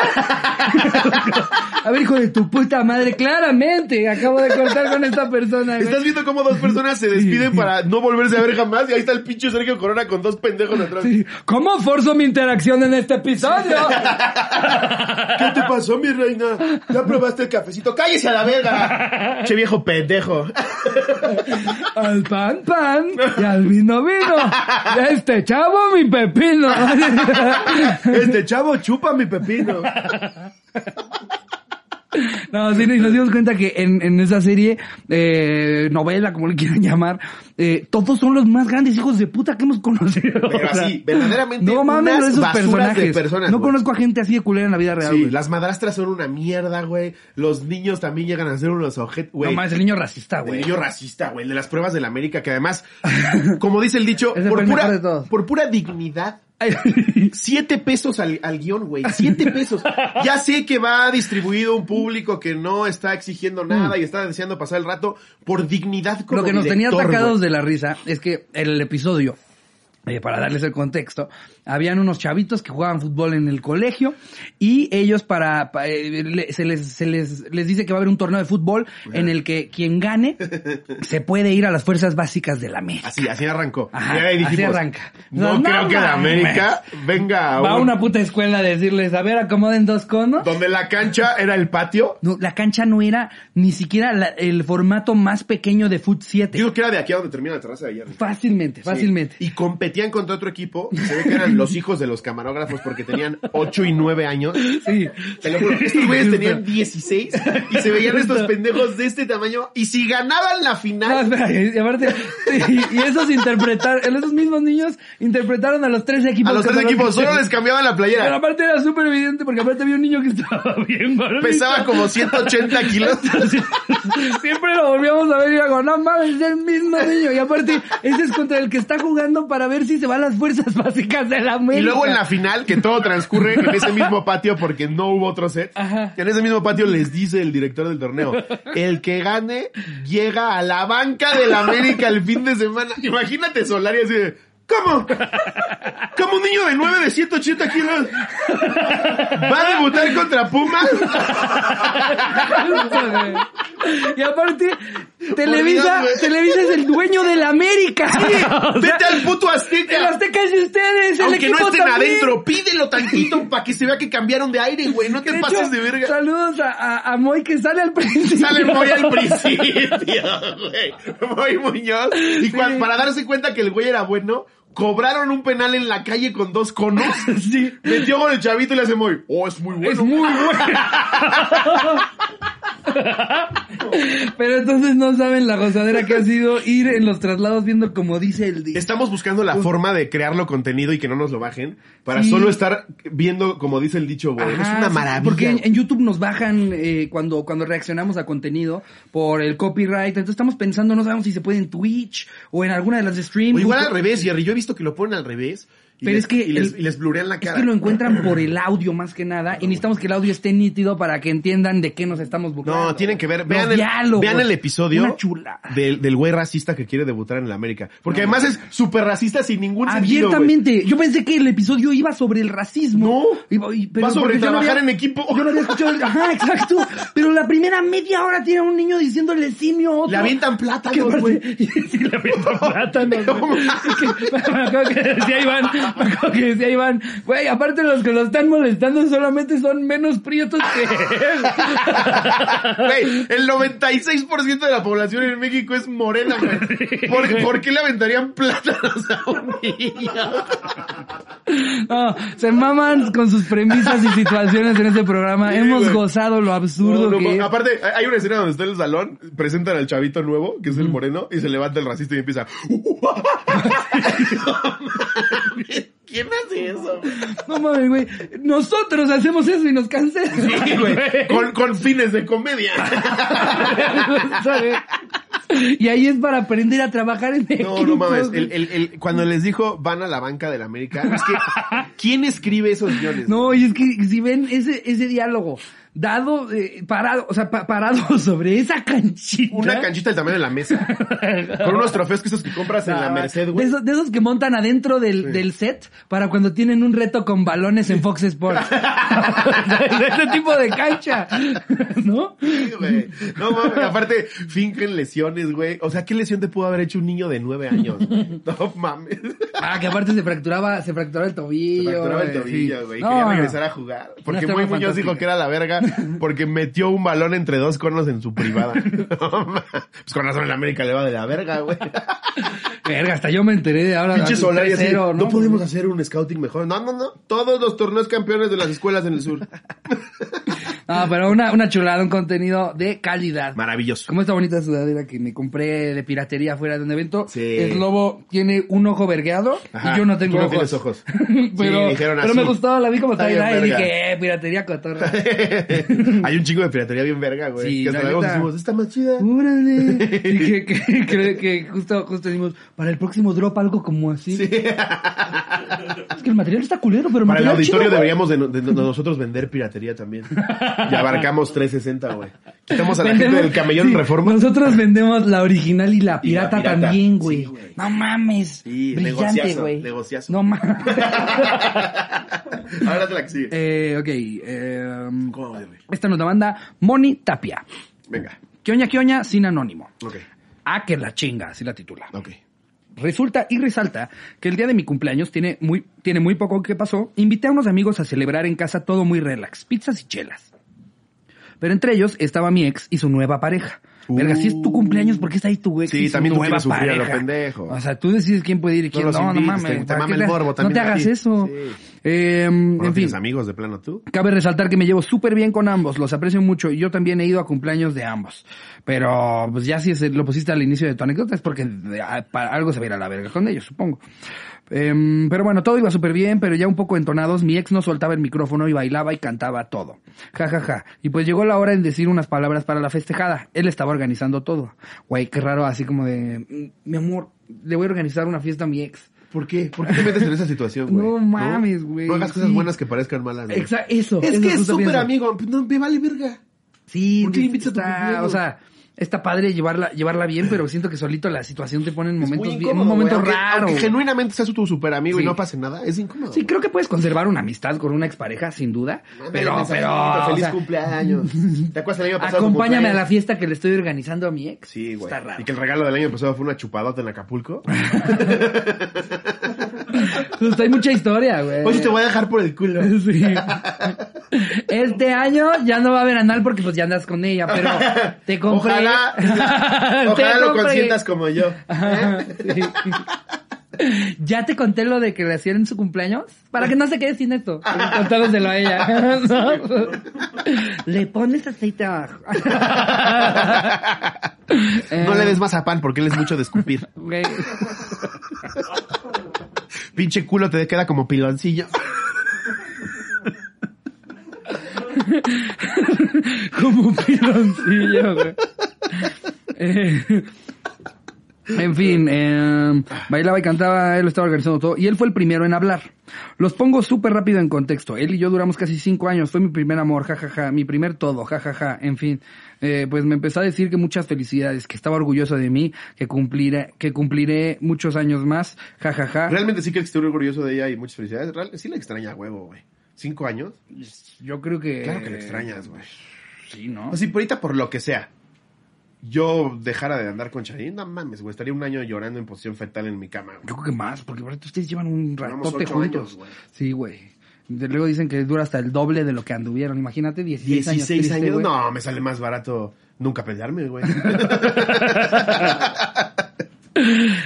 S1: a ver, hijo de tu puta madre, claramente acabo de cortar con esta persona. güey.
S2: Estás viendo cómo dos personas se despiden para no volverse a ver jamás y ahí está el pinche Sergio Corona con dos pendejos atrás.
S1: Sí. ¿Cómo forzo mi interacción en este episodio?
S2: ¿Qué te pasó, mi reina? ¿Ya probaste el cafecito? ¡Cállese a la verga! Che viejo
S1: (laughs)
S2: pendejo.
S1: Al pan, pan, y al vino, vino. Y a este chavo, mi pepino. (laughs)
S2: Este chavo chupa mi pepino.
S1: No, sí, y nos dimos cuenta que en, en esa serie, eh, novela, como le quieran llamar, eh, todos son los más grandes hijos de puta que hemos conocido.
S2: Pero
S1: O sea,
S2: así, verdaderamente,
S1: No mames,
S2: unas
S1: esos
S2: basuras de
S1: personajes.
S2: personas,
S1: no
S2: güey.
S1: conozco a gente así de culera en la vida real,
S2: Sí,
S1: güey.
S2: las madrastras son una mierda, güey. Los niños también llegan a ser unos objetos,
S1: No
S2: güey.
S1: mames, el niño racista,
S2: el
S1: Ah, güey.
S2: niño racista, güey, el de las pruebas de la América, que además, (laughs) como dice el dicho,
S1: Ese fue
S2: por
S1: el mejor de
S2: pura,
S1: todos.
S2: por pura dignidad,
S1: Ay,
S2: siete pesos al, al guión, güey, siete pesos. Ya sé que va distribuido a un público que no está exigiendo nada y está deseando pasar el rato por dignidad como
S1: Lo que nos tenía
S2: director,
S1: sacados de
S2: güey.
S1: la risa es que en el episodio, eh, para darles el contexto, habían unos chavitos que jugaban fútbol en el colegio y ellos para, pa- eh, le- se, les, se les, les dice que va a haber un torneo de fútbol en el que quien
S2: (laughs)
S1: gane se puede ir a las fuerzas básicas de la América.
S2: Así, así arrancó.
S1: Ajá,
S2: Y ahí
S1: así
S2: dijimos,
S1: arranca.
S2: No,
S1: No, no
S2: creo que la
S1: mames.
S2: América venga a
S1: Va a
S2: un-
S1: una puta escuela a decirles, a ver, acomoden dos conos.
S2: donde la cancha era el patio.
S1: No, la cancha no era ni siquiera la- el formato más pequeño de Foot 7.
S2: Digo que era de aquí a donde termina la terraza de ayer.
S1: Fácilmente, fácilmente.
S2: Y competían contra otro equipo. y Se ve que eran los hijos de los camarógrafos porque tenían 8 y 9 años.
S1: Sí.
S2: Te lo juro,
S1: (laughs)
S2: estos güeyes tenían 16 y se veían estos pendejos de este tamaño. Y si ganaban la
S1: No,
S2: final,
S1: espera, y aparte, y, y esos interpretar, esos mismos niños interpretaron a los tres equipos.
S2: a los tres
S1: como
S2: equipos solo les cambiaban la
S1: Pero
S2: playera.
S1: aparte era súper evidente porque aparte había un niño que estaba bien gordito.
S2: Pesaba como 180 kilos.
S1: (laughs) Siempre lo volvíamos a ver y era como, no mames, es el mismo niño. Y aparte, ese es contra el que está jugando para ver si se van las fuerzas (laughs) básicas de la América.
S2: Y luego en la final, que todo transcurre en ese mismo patio porque no hubo otro set,
S1: Ajá.
S2: en ese mismo patio les dice el director del torneo, el que gane llega a la banca del América el fin de semana. Imagínate Solari así de, ¿cómo? ¿Cómo un niño de 9 de 180 kilos va a debutar contra Pumas?
S1: (laughs) Y aparte, Televisa,
S2: Por Dios, güey.
S1: Televisa es el dueño de la América.
S2: (laughs)
S1: O sea,
S2: Vete al puto
S1: el
S2: Azteca.
S1: Azteca es de ustedes, el
S2: Aunque
S1: equipo
S2: no estén
S1: también.
S2: adentro, pídelo
S1: (clears throat)
S2: tantito para que se vea que cambiaron de aire, güey. No te
S1: De
S2: pases
S1: hecho,
S2: de verga.
S1: Saludos a, a, a Moy que sale al principio.
S2: Sale muy al principio, güey. Muy Muñoz. Y cuan-
S1: Sí.
S2: para darse cuenta que el güey era bueno, Cobraron un penal en la calle con dos conos.
S1: (laughs) Sí.
S2: Metió con el chavito y le hace muy. Oh, es muy
S1: (laughs)
S2: bueno.
S1: Es muy bueno. (laughs) Pero entonces no saben la gozadera que ha sido ir en los traslados viendo como dice el día.
S2: Estamos buscando la forma de crearlo contenido y que no nos lo bajen para
S1: Sí.
S2: solo estar viendo, como dice el dicho, güey.
S1: Ajá,
S2: es una
S1: sí,
S2: maravilla.
S1: Porque en, en YouTube nos bajan eh, cuando, cuando reaccionamos a contenido por el copyright. Entonces estamos pensando, no sabemos si se puede en Twitch o en alguna de las de stream.
S2: O igual al
S1: Justo-
S2: revés, Jerry. Yo he visto que lo ponen al revés. Y
S1: Pero
S2: les,
S1: es que
S2: y les,
S1: el-
S2: y les blurean la
S1: Es
S2: cara.
S1: que lo encuentran por el audio más que nada y necesitamos que el audio esté nítido para que entiendan de qué nos estamos burlando.
S2: No, tienen que ver.
S1: Los
S2: Vean, el,
S1: diálogos.
S2: vean el episodio
S1: Una chula.
S2: del del güey racista que quiere debutar en la América. Porque además es súper racista sin ningún sentido. güey.
S1: Abiertamente. Yo pensé que el episodio iba sobre el racismo.
S2: No.
S1: Iba- y-
S2: Va sobre
S1: porque yo no
S2: trabajar
S1: había-
S2: en equipo.
S1: Yo no había escuchado el- Ajá, exacto. Pero la primera media hora tiene a un niño diciéndole simio a otro.
S2: Le avientan
S1: Que
S2: plátanos, güey.
S1: aparte- (laughs) Sí, le avientan plátanos,
S2: (laughs) No
S1: güey. Es que- (laughs) Me acuerdo que decía Iván, me acuerdo que decía Iván, güey, aparte los que lo están molestando solamente son menos prietos que él.
S2: (laughs)
S1: (laughs)
S2: Güey, el 96% de la población en México es morena,
S1: (laughs)
S2: güey. ¿Por, por qué le aventarían plátanos a un niño?
S1: No, se maman con sus premisas y situaciones en este programa.
S2: Sí,
S1: Hemos
S2: güey.
S1: gozado lo absurdo
S2: No, no,
S1: que es.
S2: Aparte, hay- hay una escena donde está en el salón, presentan al chavito nuevo, que es el moreno, y se levanta el racista y
S1: (laughs)
S2: empieza. (laughs) ¿Quién hace eso?
S1: No mames, güey. Nosotros hacemos eso y nos cancelan.
S2: Sí,
S1: (laughs)
S2: güey, (laughs) con, con fines de comedia.
S1: ¿Sabes? Y ahí es para aprender a trabajar en
S2: (laughs) No, no
S1: equipos,
S2: mames.
S1: güey.
S2: El, el, el, cuando les dijo van a la banca de la América, es que, ¿quién escribe esos guiones?
S1: No, y es que si ven ese, ese diálogo, dado, eh, parado, o sea, pa- parado (laughs) sobre esa canchita.
S2: Una canchita del tamaño de la mesa.
S1: (laughs)
S2: Con unos trofeos que esos que compras en la Merced,
S1: Ah, De
S2: güey.
S1: esos, de esos que montan adentro del, del set para cuando tienen un reto con balones en Fox
S2: (laughs)
S1: Sports. (laughs) de ese tipo de cancha. ¿No?
S2: Sí, güey. No mames, aparte finquen lesiones, güey. O sea, ¿qué lesión te pudo haber hecho un niño de nueve (laughs) años? güey? No mames.
S1: Ah, que aparte se fracturaba, se fracturaba el
S2: Se
S1: tobillo.
S2: fracturaba el
S1: güey, sí.
S2: tobillo, güey. y
S1: No,
S2: Quería
S1: no.
S2: regresar a jugar. Porque
S1: Una
S2: muy
S1: trama
S2: Muñoz dijo
S1: fantástica.
S2: que era la
S1: (laughs)
S2: verga porque metió un balón entre dos conos en su privada. No mames. pues con razón en América le va de la
S1: (laughs)
S2: verga, güey.
S1: Verga, hasta yo me enteré de ahora.
S2: Pinche solar y así.
S1: 3-0,
S2: ¿no? podemos hacer un scouting mejor. No, no, no. Todos los torneos campeones de las escuelas en el
S1: (laughs)
S2: sur.
S1: No, Ah, pero una, una chulada, un contenido de calidad.
S2: Maravilloso.
S1: Como esta bonita sudadera que me compré de piratería fuera de un evento.
S2: Sí.
S1: El lobo tiene un ojo vergueado
S2: Ajá,
S1: y yo no tengo
S2: tú no
S1: ojos.
S2: tienes ojos.
S1: (laughs) pero
S2: Sí, dijeron
S1: pero
S2: así.
S1: me gustó, la vi como
S2: Está
S1: tal y
S2: bien verga.
S1: dije, eh, piratería cotorra. (laughs)
S2: (laughs) Hay un chico de piratería bien verga, güey.
S1: Sí,
S2: que hasta
S1: la
S2: luego
S1: neta. Mm,
S2: decimos, está más chida.
S1: Órale.
S2: (laughs)
S1: Y que, que, que, que justo, justo decimos, para el próximo drop algo como así. Es que el material está culero, pero
S2: Para el
S1: material
S2: auditorio
S1: chido, güey.
S2: deberíamos de, no- de no- nosotros vender piratería
S1: (laughs)
S2: también. Y abarcamos 360, güey. Quitamos a la gente
S1: Vendemos-
S2: del
S1: (laughs)
S2: camellón
S1: sí,
S2: reforma.
S1: Nosotros vendemos la original y la
S2: Y la
S1: pirata,
S2: pirata,
S1: también, güey.
S2: sí, güey.
S1: no mames.
S2: Sí,
S1: brillante,
S2: negociazo,
S1: güey.
S2: negociazo.
S1: No mames.
S2: (laughs) Ahora te la que sigue.
S1: eh, ok. eh,
S2: ¿Cómo va, güey?
S1: esta nos la manda Moni Tapia.
S2: Venga.
S1: Quioña, quioña, sin anónimo.
S2: Ok.
S1: Ah, que la chinga, así la titula.
S2: Ok.
S1: Resulta y resalta que el día de mi cumpleaños tiene muy, tiene muy poco que pasó. Invité a unos amigos a celebrar en casa todo muy relax, pizzas y chelas. Pero entre ellos estaba mi ex y su nueva pareja. Verga, si es tu cumpleaños, ¿por qué está ahí tu ex?
S2: Uh. Sí,
S1: y su
S2: también tú
S1: nueva
S2: quieres sufrir a lo
S1: pareja?
S2: pendejo.
S1: O sea, tú decides quién puede ir y quién no.
S2: los
S1: No,
S2: invites,
S1: mames.
S2: te- te
S1: ¿para
S2: mama
S1: qué
S2: el morbo
S1: No te
S2: también a
S1: hagas
S2: ti.
S1: eso.
S2: Sí.
S1: Eh,
S2: Bueno,
S1: en fin.
S2: tienes amigos de plano tú?
S1: Cabe resaltar que me llevo súper bien con ambos, los aprecio mucho y yo también he ido a cumpleaños de ambos. Pero pues ya si se lo pusiste al inicio de tu anécdota es porque de- a- para algo se va a ir a la verga con ellos, supongo. Em, pero bueno, todo iba súper bien, pero ya un poco entonados, mi ex no soltaba el micrófono y bailaba y cantaba todo. Ja, ja, ja. Y pues llegó la hora en decir unas palabras para la festejada. Él estaba organizando todo. Güey, qué raro, así como de, "Mm, mi amor, le voy a organizar una fiesta a mi ex.
S2: ¿Por qué? ¿Por qué te metes en esa situación, güey?
S1: No mames, güey,
S2: No hagas cosas
S1: sí.
S2: buenas que parezcan malas, güey.
S1: Exa- eso.
S2: Es
S1: eso
S2: que es
S1: justo
S2: súper
S1: pienso.
S2: amigo. No, me vale verga.
S1: Sí,
S2: ¿Por qué
S1: sí,
S2: invitas a tu
S1: está-
S2: cumpleaños?
S1: o sea, está padre llevarla, llevarla bien, pero siento que solito la situación te pone en
S2: Es muy
S1: momentos bien-
S2: incómodo,
S1: en un momento
S2: güey. Aunque-
S1: raro.
S2: Aunque genuinamente seas tu super amigo y
S1: Sí.
S2: no pase nada, es incómodo.
S1: Sí, creo que puedes conservar una amistad con una expareja, sin duda,
S2: Mándale
S1: pero,
S2: mensajito,
S1: pero, o
S2: Feliz
S1: sea,
S2: cumpleaños. ¿Te acuerdas el año pasado? tu
S1: acompáñame a la
S2: cumpleaños?
S1: fiesta que le estoy organizando a mi ex.
S2: Sí, güey.
S1: Está raro.
S2: Y que el regalo del año pasado fue una chupadota
S1: (laughs)
S2: en Acapulco.
S1: Justo, Pues, hay mucha historia, güey.
S2: Oye, este te voy a dejar por
S1: (laughs)
S2: el culo.
S1: Sí. Este año ya no va a haber anal porque pues ya andas con ella, pero te compré. (laughs)
S2: Ojalá,
S1: Te (laughs)
S2: ojalá lo
S1: compré- (laughs)
S2: consientas como yo.
S1: Ajá, sí. (laughs) Ya te conté lo de que le hacían en su cumpleaños. Para que no se quede sin
S2: (laughs)
S1: esto. Contándoselo a ella. ¿no? Le pones aceite abajo.
S2: (laughs) No
S1: Eh.
S2: le des mazapán porque él es mucho de
S1: (laughs)
S2: escupir.
S1: Güey.
S2: Pinche culo te queda como piloncillo.
S1: (laughs) Como un piloncillo, güey. Eh, en fin, eh, bailaba y cantaba, él lo estaba organizando todo y él fue el primero en hablar. Los pongo súper rápido en contexto. Él y yo duramos casi cinco años, fue mi primer amor, jajaja, mi primer todo, jajaja, en fin. Eh, pues me empezó a decir que muchas felicidades, que estaba orgulloso de mí, que cumpliré, que cumpliré muchos años más, jajaja.
S2: Realmente sí crees que estoy orgulloso de ella y muchas felicidades. Real- sí la extraña a huevo, güey. ¿Cinco años?
S1: Yo creo que...
S2: Claro que la extrañas, güey.
S1: Sí, ¿no?
S2: O sea, si por ahorita por lo que sea, yo dejara de andar con Charín, no mames, güey. Estaría un año llorando en posición fetal en mi cama, güey.
S1: Yo creo que más, porque ahorita ustedes llevan un
S2: Llevamos
S1: ratote
S2: ocho
S1: juntos.
S2: años, güey.
S1: sí, güey. De- Luego dicen que dura hasta el doble de lo que anduvieron. Imagínate, 16 años.
S2: 16
S1: triste,
S2: años,
S1: güey.
S2: no, me sale más barato nunca pelearme,
S1: (laughs)
S2: güey.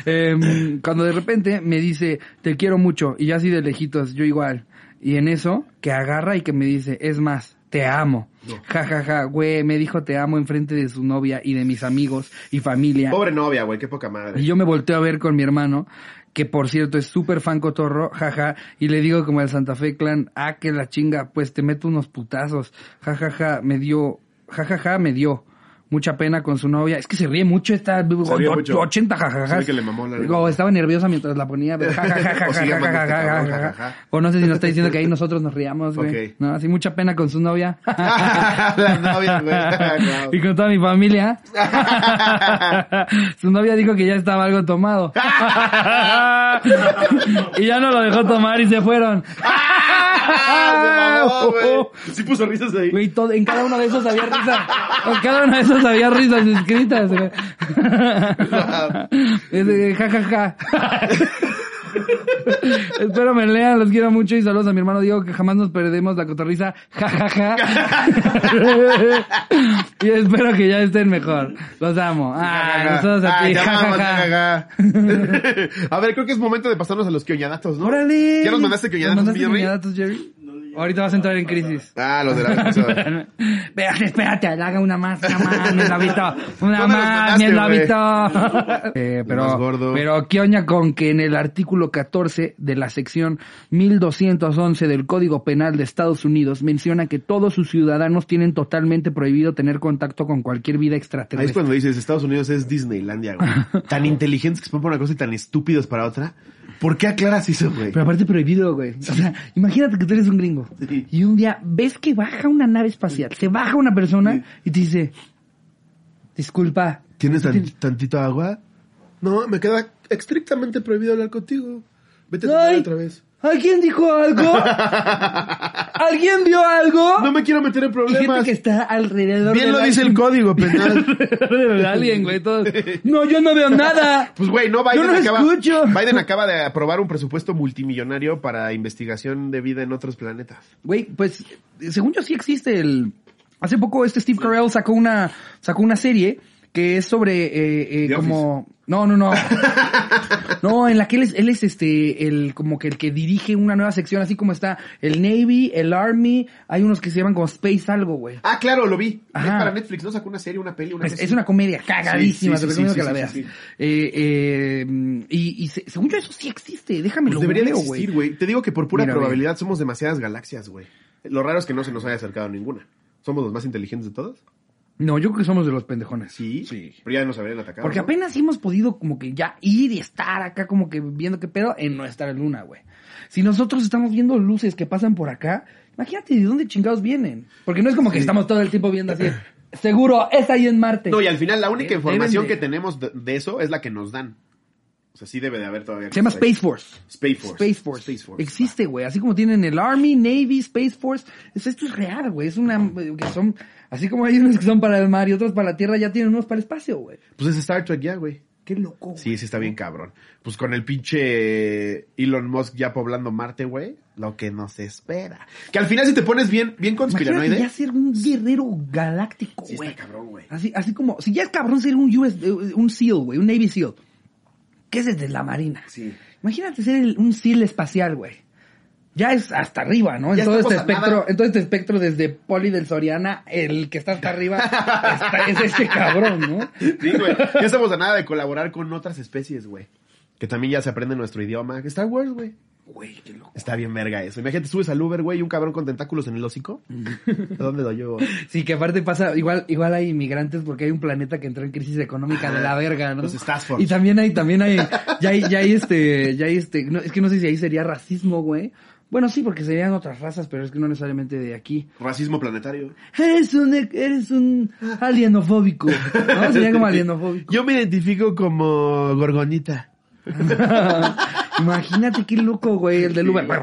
S1: Em, cuando de repente me dice, te quiero mucho, y ya así de lejitos, yo igual. Y en eso, que agarra y que me dice, es más, te amo. Ja, ja, ja, güey, me dijo te amo enfrente de su novia y de mis amigos y familia.
S2: Pobre novia, güey, qué poca
S1: Y
S2: madre.
S1: yo me volteo a ver con mi hermano, que por cierto es súper fan cotorro, jaja, y le digo como al Santa Fe Clan, ah, que la chinga, pues te meto unos putazos, jajaja, me dio, jajaja, me dio. Mucha pena con su novia. Es que se ríe mucho esta
S2: ríe
S1: o-
S2: mucho.
S1: 80 jajajas.
S2: Se ve que le mamó la-
S1: Digo, estaba nerviosa mientras la ponía. pero jajaja,
S2: (laughs) O sigue
S1: jajaja,
S2: mandando este
S1: jajaja,
S2: cabrón,
S1: jajaja.
S2: jajaja.
S1: O no sé si nos está diciendo que ahí nosotros nos riamos, güey.
S2: Ok.
S1: No, así mucha pena con su novia.
S2: (laughs) la novia,
S1: (laughs) y
S2: güey.
S1: con toda mi
S2: (laughs)
S1: familia. (laughs) Su novia dijo que ya estaba algo
S2: (laughs)
S1: tomado. (laughs) y ya no lo dejó tomar y se fueron.
S2: Ah, (laughs) se mamó, güey. Sí puso risas ahí.
S1: Güey, todo- en cada uno de esos había risa. En cada uno de esos había risas escritas, güey. Es de, ja, ja, ja. (laughs) Espero me lean, los quiero mucho y saludos a mi hermano Diego que jamás nos perdemos la cotorriza. Ja, ja, ja. y espero que ya estén mejor. Los amo. Ah, nosotros a
S2: Ay,
S1: ti.
S2: te
S1: Ja, ja,
S2: amamos,
S1: ja.
S2: ja, ja. (laughs) A ver, creo que es momento de pasarnos a los quioñadatos, ¿no?
S1: Órale.
S2: ¿Ya nos mandaste quioñadatos,
S1: ¿Nos mandaste
S2: Jerry?
S1: quioñadatos, Jerry? Ahorita vas a entrar en crisis.
S2: Ah, los
S1: (laughs)
S2: de (laughs) la vez pasada.
S1: Espérate, espérate, haga una más, una más, mi eslavito. Una
S2: ¿Dónde los
S1: más, mi
S2: mandaste, (laughs)
S1: eslavito. Eh,
S2: Más
S1: pero,
S2: gordo.
S1: pero, ¿qué oña con que en el artículo 14 de la sección 1211 del Código Penal de Estados Unidos menciona que todos sus ciudadanos tienen totalmente prohibido tener contacto con cualquier vida
S2: Ahí es
S1: extraterrestre?
S2: cuando dices, Estados Unidos es Disneylandia,
S1: (laughs)
S2: güey. Tan inteligentes que se ponen para una cosa y tan estúpidos para otra. ¿Por qué aclaras eso, güey?
S1: Pero aparte prohibido, güey. O sea, imagínate que tú eres un gringo
S2: Sí.
S1: y un día ves que baja una nave espacial, se baja una persona y te dice, disculpa.
S2: ¿Tienes
S1: ¿tú
S2: tan- tantito agua? No, me queda estrictamente prohibido hablar contigo. Vete a
S1: Ay.
S2: tomar otra vez.
S1: ¿Alguien dijo
S2: (laughs)
S1: algo? ¿Alguien vio algo?
S2: No me quiero meter en
S1: Y gente
S2: problemas.
S1: que está alrededor
S2: Bien
S1: del
S2: lo
S1: alien.
S2: dice el
S1: (laughs)
S2: código penal.
S1: Alrededor del alien, güey. todos. (laughs) No, yo no veo nada.
S2: (laughs) Pues güey, no Biden
S1: Yo no lo
S2: acaba
S1: escucho.
S2: Biden acaba de aprobar un presupuesto multimillonario para investigación de vida en otros planetas.
S1: Güey, pues, según yo sí existe el... Hace poco este Steve Carell sacó una, sacó una serie que es sobre eh, eh,
S2: The
S1: como... No,
S2: (laughs)
S1: no, no. No, en la que él es, él es este, el, como que el que dirige una nueva sección, así como está el Navy, el Army, hay unos que se llaman como Space algo, güey.
S2: Ah, claro, lo vi. Es
S1: Ajá.
S2: para Netflix, ¿no? Sacó una serie, una peli, una
S1: Es,
S2: cosa
S1: es
S2: así.
S1: una comedia cagadísima,
S2: Sí, sí,
S1: te
S2: sí,
S1: recomiendo
S2: sí,
S1: que la
S2: sí,
S1: veas.
S2: sí, sí.
S1: Eh, eh, y y se- según yo eso sí existe, déjame
S2: Pues
S1: lo
S2: debería de
S1: googleo,
S2: existir, güey. Te digo que por pura
S1: Mira, güey.
S2: probabilidad somos demasiadas galaxias, güey. Lo raro es que no se nos haya acercado ninguna. ¿Somos los más inteligentes de todos?
S1: No, yo creo que somos de los pendejones.
S2: Sí. Pero ya nos habrían atacado.
S1: Porque
S2: ¿no?
S1: apenas hemos podido como que ya ir y estar acá como que viendo qué pedo en nuestra luna, güey. Si nosotros estamos viendo luces que pasan por acá, imagínate de dónde chingados vienen. Porque no es como que estamos todo el tiempo viendo así. Seguro, es ahí en Marte.
S2: No, y al final la única
S1: Deben
S2: información
S1: de-
S2: que tenemos de, de eso es la que nos dan. O sea, sí debe de haber todavía.
S1: Se llama
S2: cosas ahí.
S1: Space Force.
S2: Space Force.
S1: Space Force.
S2: Space Force.
S1: Existe, güey. Así como tienen el Army, Navy, Space Force. Es- Esto es real, güey. Es una... eh, Que son... Así como hay unos que son para el mar y otros para la tierra, ya tienen unos para el espacio, güey.
S2: Pues es Star Trek ya, güey.
S1: Qué loco. güey.
S2: Sí, sí está bien cabrón. Pues con el pinche Elon Musk ya poblando Marte, güey, lo que nos espera. Que al final si te pones bien, bien
S1: Imagínate ya
S2: conspiranoide.
S1: ser un guerrero galáctico,
S2: Sí
S1: güey. Ah,
S2: está cabrón, güey.
S1: Así, así como, si ya es cabrón ser un US, eh, un SEAL, güey, un Navy SEAL. que es desde la marina.
S4: Sí.
S1: Imagínate ser el- un SEAL espacial, güey. Ya es hasta arriba, ¿no?
S2: Ya
S1: En todo, este
S2: estamos a
S1: espectro,
S2: nada.
S1: en todo este espectro, desde Poli del Soriana, el que está hasta
S2: (laughs)
S1: arriba está- es este cabrón, ¿no?
S2: Sí, güey. Ya estamos a nada de colaborar con otras especies, güey. Que también ya se aprende nuestro idioma. Star Wars, güey.
S1: Güey, qué loco.
S2: Está bien verga eso. Imagínate, subes al Uber, güey, y un cabrón con tentáculos en el hocico. ¿A dónde
S1: (laughs)
S2: lo llevo?
S1: Sí, que aparte pasa, igual, igual hay inmigrantes porque hay un planeta que entró en crisis económica de la verga, ¿no?
S2: Los Stafford.
S1: Y también hay, también hay, ya hay, ya hay este, ya hay este, no, es que no sé si ahí sería racismo, güey. Bueno, sí, porque serían otras razas, pero es que no necesariamente de aquí.
S2: Racismo planetario.
S1: Eres un, e, eres un alienofóbico, ¿no? Sería
S2: (laughs)
S1: como alienofóbico.
S2: Yo me identifico como gorgonita.
S1: (laughs) Imagínate qué loco, güey, el del Uber.
S2: (laughs)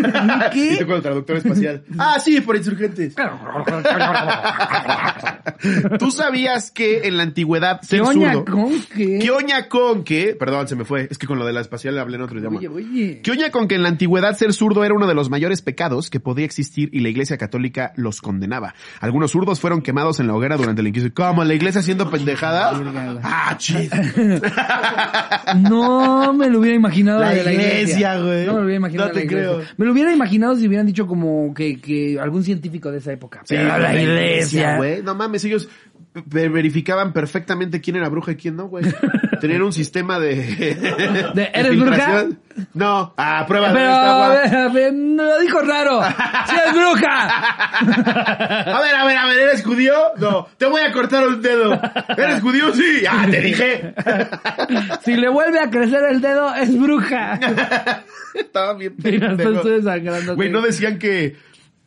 S2: Y tú
S1: ¿Qué?
S2: con el
S1: (laughs)
S2: traductor espacial. Ah, sí, por insurgentes. ¿Tú sabías que en la antigüedad
S1: ¿Qué
S2: ser
S1: oña
S2: zurdo-
S1: con qué?
S2: ¿Qué oña con que? Perdón, se me fue. Es que con lo de la espacial hablé en otro idioma.
S1: Oye, oye.
S2: ¿Qué oña con que en la antigüedad ser zurdo era uno de los mayores pecados que podía existir y la iglesia católica los condenaba? Algunos zurdos fueron quemados en la hoguera durante la Inquisición. ¿Cómo? ¿La iglesia haciendo pendejadas?
S1: Verga, güey.
S2: Ah, chis.
S1: No me lo hubiera imaginado
S2: La
S1: de la iglesia,
S2: iglesia, güey.
S1: No me lo hubiera imaginado.
S2: No
S1: de la
S2: te
S1: iglesia.
S2: creo.
S1: Me lo hubiera imaginado si hubieran dicho como que, que algún científico de esa época.
S2: Sí,
S1: Pero la iglesia,
S2: güey. No mames, ellos ve- verificaban perfectamente quién era bruja y quién
S1: (laughs)
S2: no, güey. Tenían un sistema de... de
S1: ¿eres bruja?
S2: filtración. No. Ah, prueba de
S1: Pero
S2: esta,
S1: a
S2: güey.
S1: ver, a ver, no lo dijo raro. ¡Sí es
S2: (laughs)
S1: bruja!
S2: A ver, a ver, a ver, ¿eres judío? No, te voy a cortar un dedo. ¿Eres judío? Sí, ya
S1: (laughs)
S2: te dije. (laughs)
S1: si le vuelve a crecer el dedo, es
S2: (laughs)
S1: bruja.
S2: Estaba bien
S1: Mira,
S2: pendejo.
S1: estoy desangrándote.
S2: Güey, no decían que,